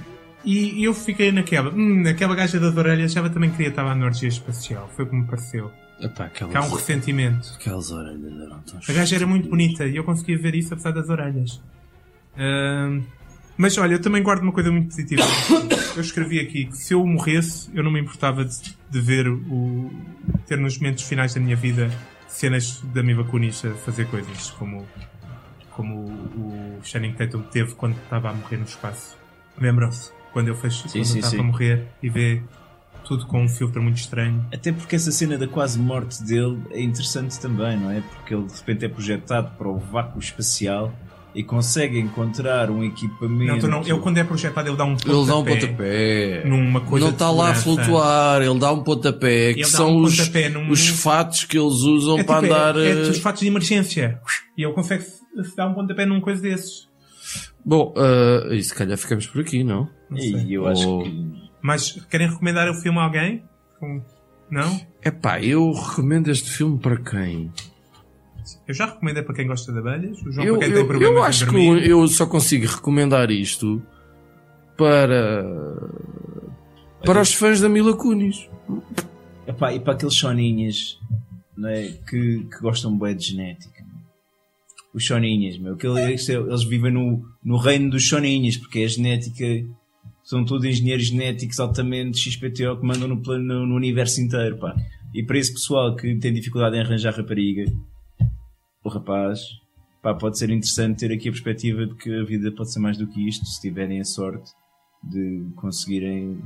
Speaker 2: E eu fiquei naquela. Hum, aquela gaja das orelhas, ela também queria estar lá na orgia espacial. Foi o que me pareceu.
Speaker 4: Epá, aquelas,
Speaker 2: Que há um ressentimento.
Speaker 4: aquelas orelhas eram tão
Speaker 2: A gaja era muito bonita e eu conseguia ver isso apesar das orelhas. Ahm, Mas olha, eu também guardo uma coisa muito positiva. Eu escrevi aqui que se eu morresse, eu não me importava de, de ver o. ter nos momentos finais da minha vida cenas da Miva Kunis a fazer coisas, como, como o, o Channing Tatum teve quando estava a morrer no espaço. Lembram-se? Quando eu fez, quando
Speaker 3: sim,
Speaker 2: estava
Speaker 3: sim.
Speaker 2: a morrer e vê tudo com um filtro muito estranho.
Speaker 3: Até porque essa cena da quase morte dele é interessante também, não é? Porque ele de repente é projetado para o vácuo espacial e consegue encontrar um equipamento.
Speaker 2: Não, tu não, ele quando é projetado, ele dá um pontapé.
Speaker 4: Ele dá um pontapé.
Speaker 2: Numa coisa
Speaker 4: não está
Speaker 2: de
Speaker 4: lá a
Speaker 2: segurança.
Speaker 4: flutuar, ele dá um pontapé, que
Speaker 2: dá
Speaker 4: são
Speaker 2: um
Speaker 4: os,
Speaker 2: pontapé num-
Speaker 4: os fatos que eles usam
Speaker 2: É
Speaker 4: para
Speaker 2: tipo, é-
Speaker 4: andar.
Speaker 2: é,
Speaker 4: eh,
Speaker 2: dos fatos de emergência. E ele consegue se- se dar um pontapé num coisa desses.
Speaker 4: Bom, eh, e se calhar ficamos por aqui, não?
Speaker 2: Não sei.
Speaker 3: E eu acho
Speaker 4: Ou-
Speaker 3: que.
Speaker 2: Mas querem recomendar o filme a alguém? Com- Não?
Speaker 4: Epá, eu recomendo este filme para quem?
Speaker 2: Eu já recomendo é para quem gosta de abelhas. O João
Speaker 4: eu,
Speaker 2: para quem tem
Speaker 4: eu,
Speaker 2: problemas
Speaker 4: eu
Speaker 2: em
Speaker 4: acho que eu,
Speaker 2: dormir.
Speaker 4: eu só consigo recomendar isto para para os fãs da Mila Kunis.
Speaker 3: Epá, e para aqueles soninhas não é? que, que gostam bem de genética. é? Os soninhas, meu. Que eles, eles vivem no, no reino dos soninhas, porque é a genética. São todos engenheiros genéticos altamente XPTO que mandam no, plano, no, no universo inteiro, pá. E para esse pessoal que tem dificuldade em arranjar rapariga, o rapaz, pá, pode ser interessante ter aqui a perspectiva de que a vida pode ser mais do que isto, se tiverem a sorte de conseguirem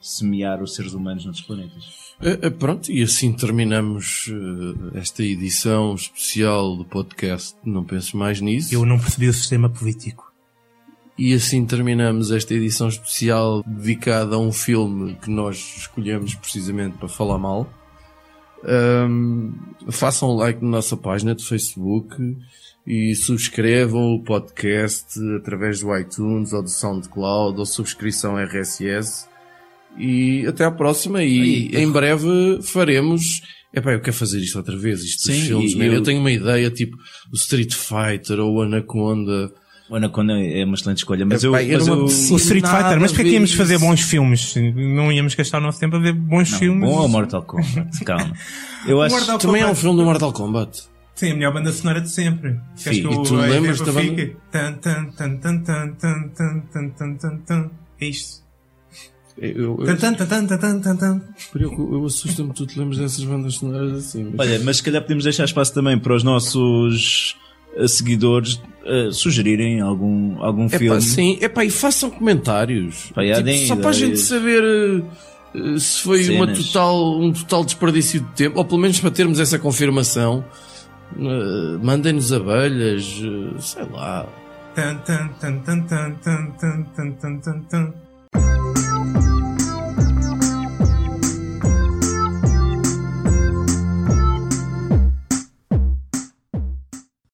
Speaker 3: semear os seres humanos noutros planetas.
Speaker 4: Eh, eh, Pronto, e assim terminamos eh, esta edição especial do podcast Não Penso Mais Nisso.
Speaker 2: Eu não percebi o sistema político.
Speaker 4: E assim terminamos esta edição especial dedicada a um filme que nós escolhemos precisamente para falar mal. Ahm, façam like na nossa página de Facebook e subscrevam o podcast através do iTunes ou do SoundCloud ou subscrição RSS. E até à próxima e
Speaker 3: Aí.
Speaker 4: em breve faremos. Epá, eu quero fazer isto outra vez, isto dos
Speaker 3: Sim,
Speaker 4: filmes,
Speaker 3: e
Speaker 4: man.
Speaker 3: eu-
Speaker 4: eu tenho uma ideia tipo o Street Fighter ou o Anaconda.
Speaker 3: O Anaconda é uma excelente escolha, mas
Speaker 4: Epá,
Speaker 3: eu.
Speaker 4: era
Speaker 3: Mas
Speaker 4: uma
Speaker 3: eu-
Speaker 4: pessoa-
Speaker 2: O Street
Speaker 4: Nada
Speaker 2: Fighter. Mas para
Speaker 4: a
Speaker 2: que
Speaker 4: ver
Speaker 2: íamos fazer
Speaker 4: isso.
Speaker 2: bons filmes? Não íamos gastar o nosso tempo a ver bons
Speaker 3: Não,
Speaker 2: filmes.
Speaker 3: bom é o Mortal Kombat, calma. Eu acho.
Speaker 2: Mortal-
Speaker 4: Também é um filme do Mortal Kombat.
Speaker 2: Sim, a melhor banda sonora de sempre. Queres
Speaker 4: Sim,
Speaker 2: que
Speaker 4: e
Speaker 2: eu-
Speaker 4: tu
Speaker 2: a
Speaker 4: lembras
Speaker 2: exemplo
Speaker 4: da
Speaker 2: fique? Tan, tan, tan, tan, tan, tan, tan, tan, tan, tan, tan. É isto.
Speaker 4: Eu,
Speaker 2: Tan,
Speaker 4: eu,
Speaker 2: tan, tan, tan, tan, tan, tan.
Speaker 4: preocupo- eu assusto-me que tu te lembres dessas bandas sonoras assim. mas-
Speaker 3: Olha, mas se calhar podemos deixar espaço também para os nossos eh, seguidores eh, sugerirem algum, algum
Speaker 4: Epá,
Speaker 3: filme.
Speaker 4: sim, epá, e façam comentários. Tipo,
Speaker 3: Pá, e há de-
Speaker 4: só para a gente saber eh, eh, se foi uma
Speaker 3: Cenas.
Speaker 4: total, um total desperdício de tempo, ou pelo menos para termos essa confirmação. Eh, Mandem-nos abelhas, eh, sei lá.
Speaker 2: Tan, tan, tan, tan, tan, tan, tan, tan, tan, tan.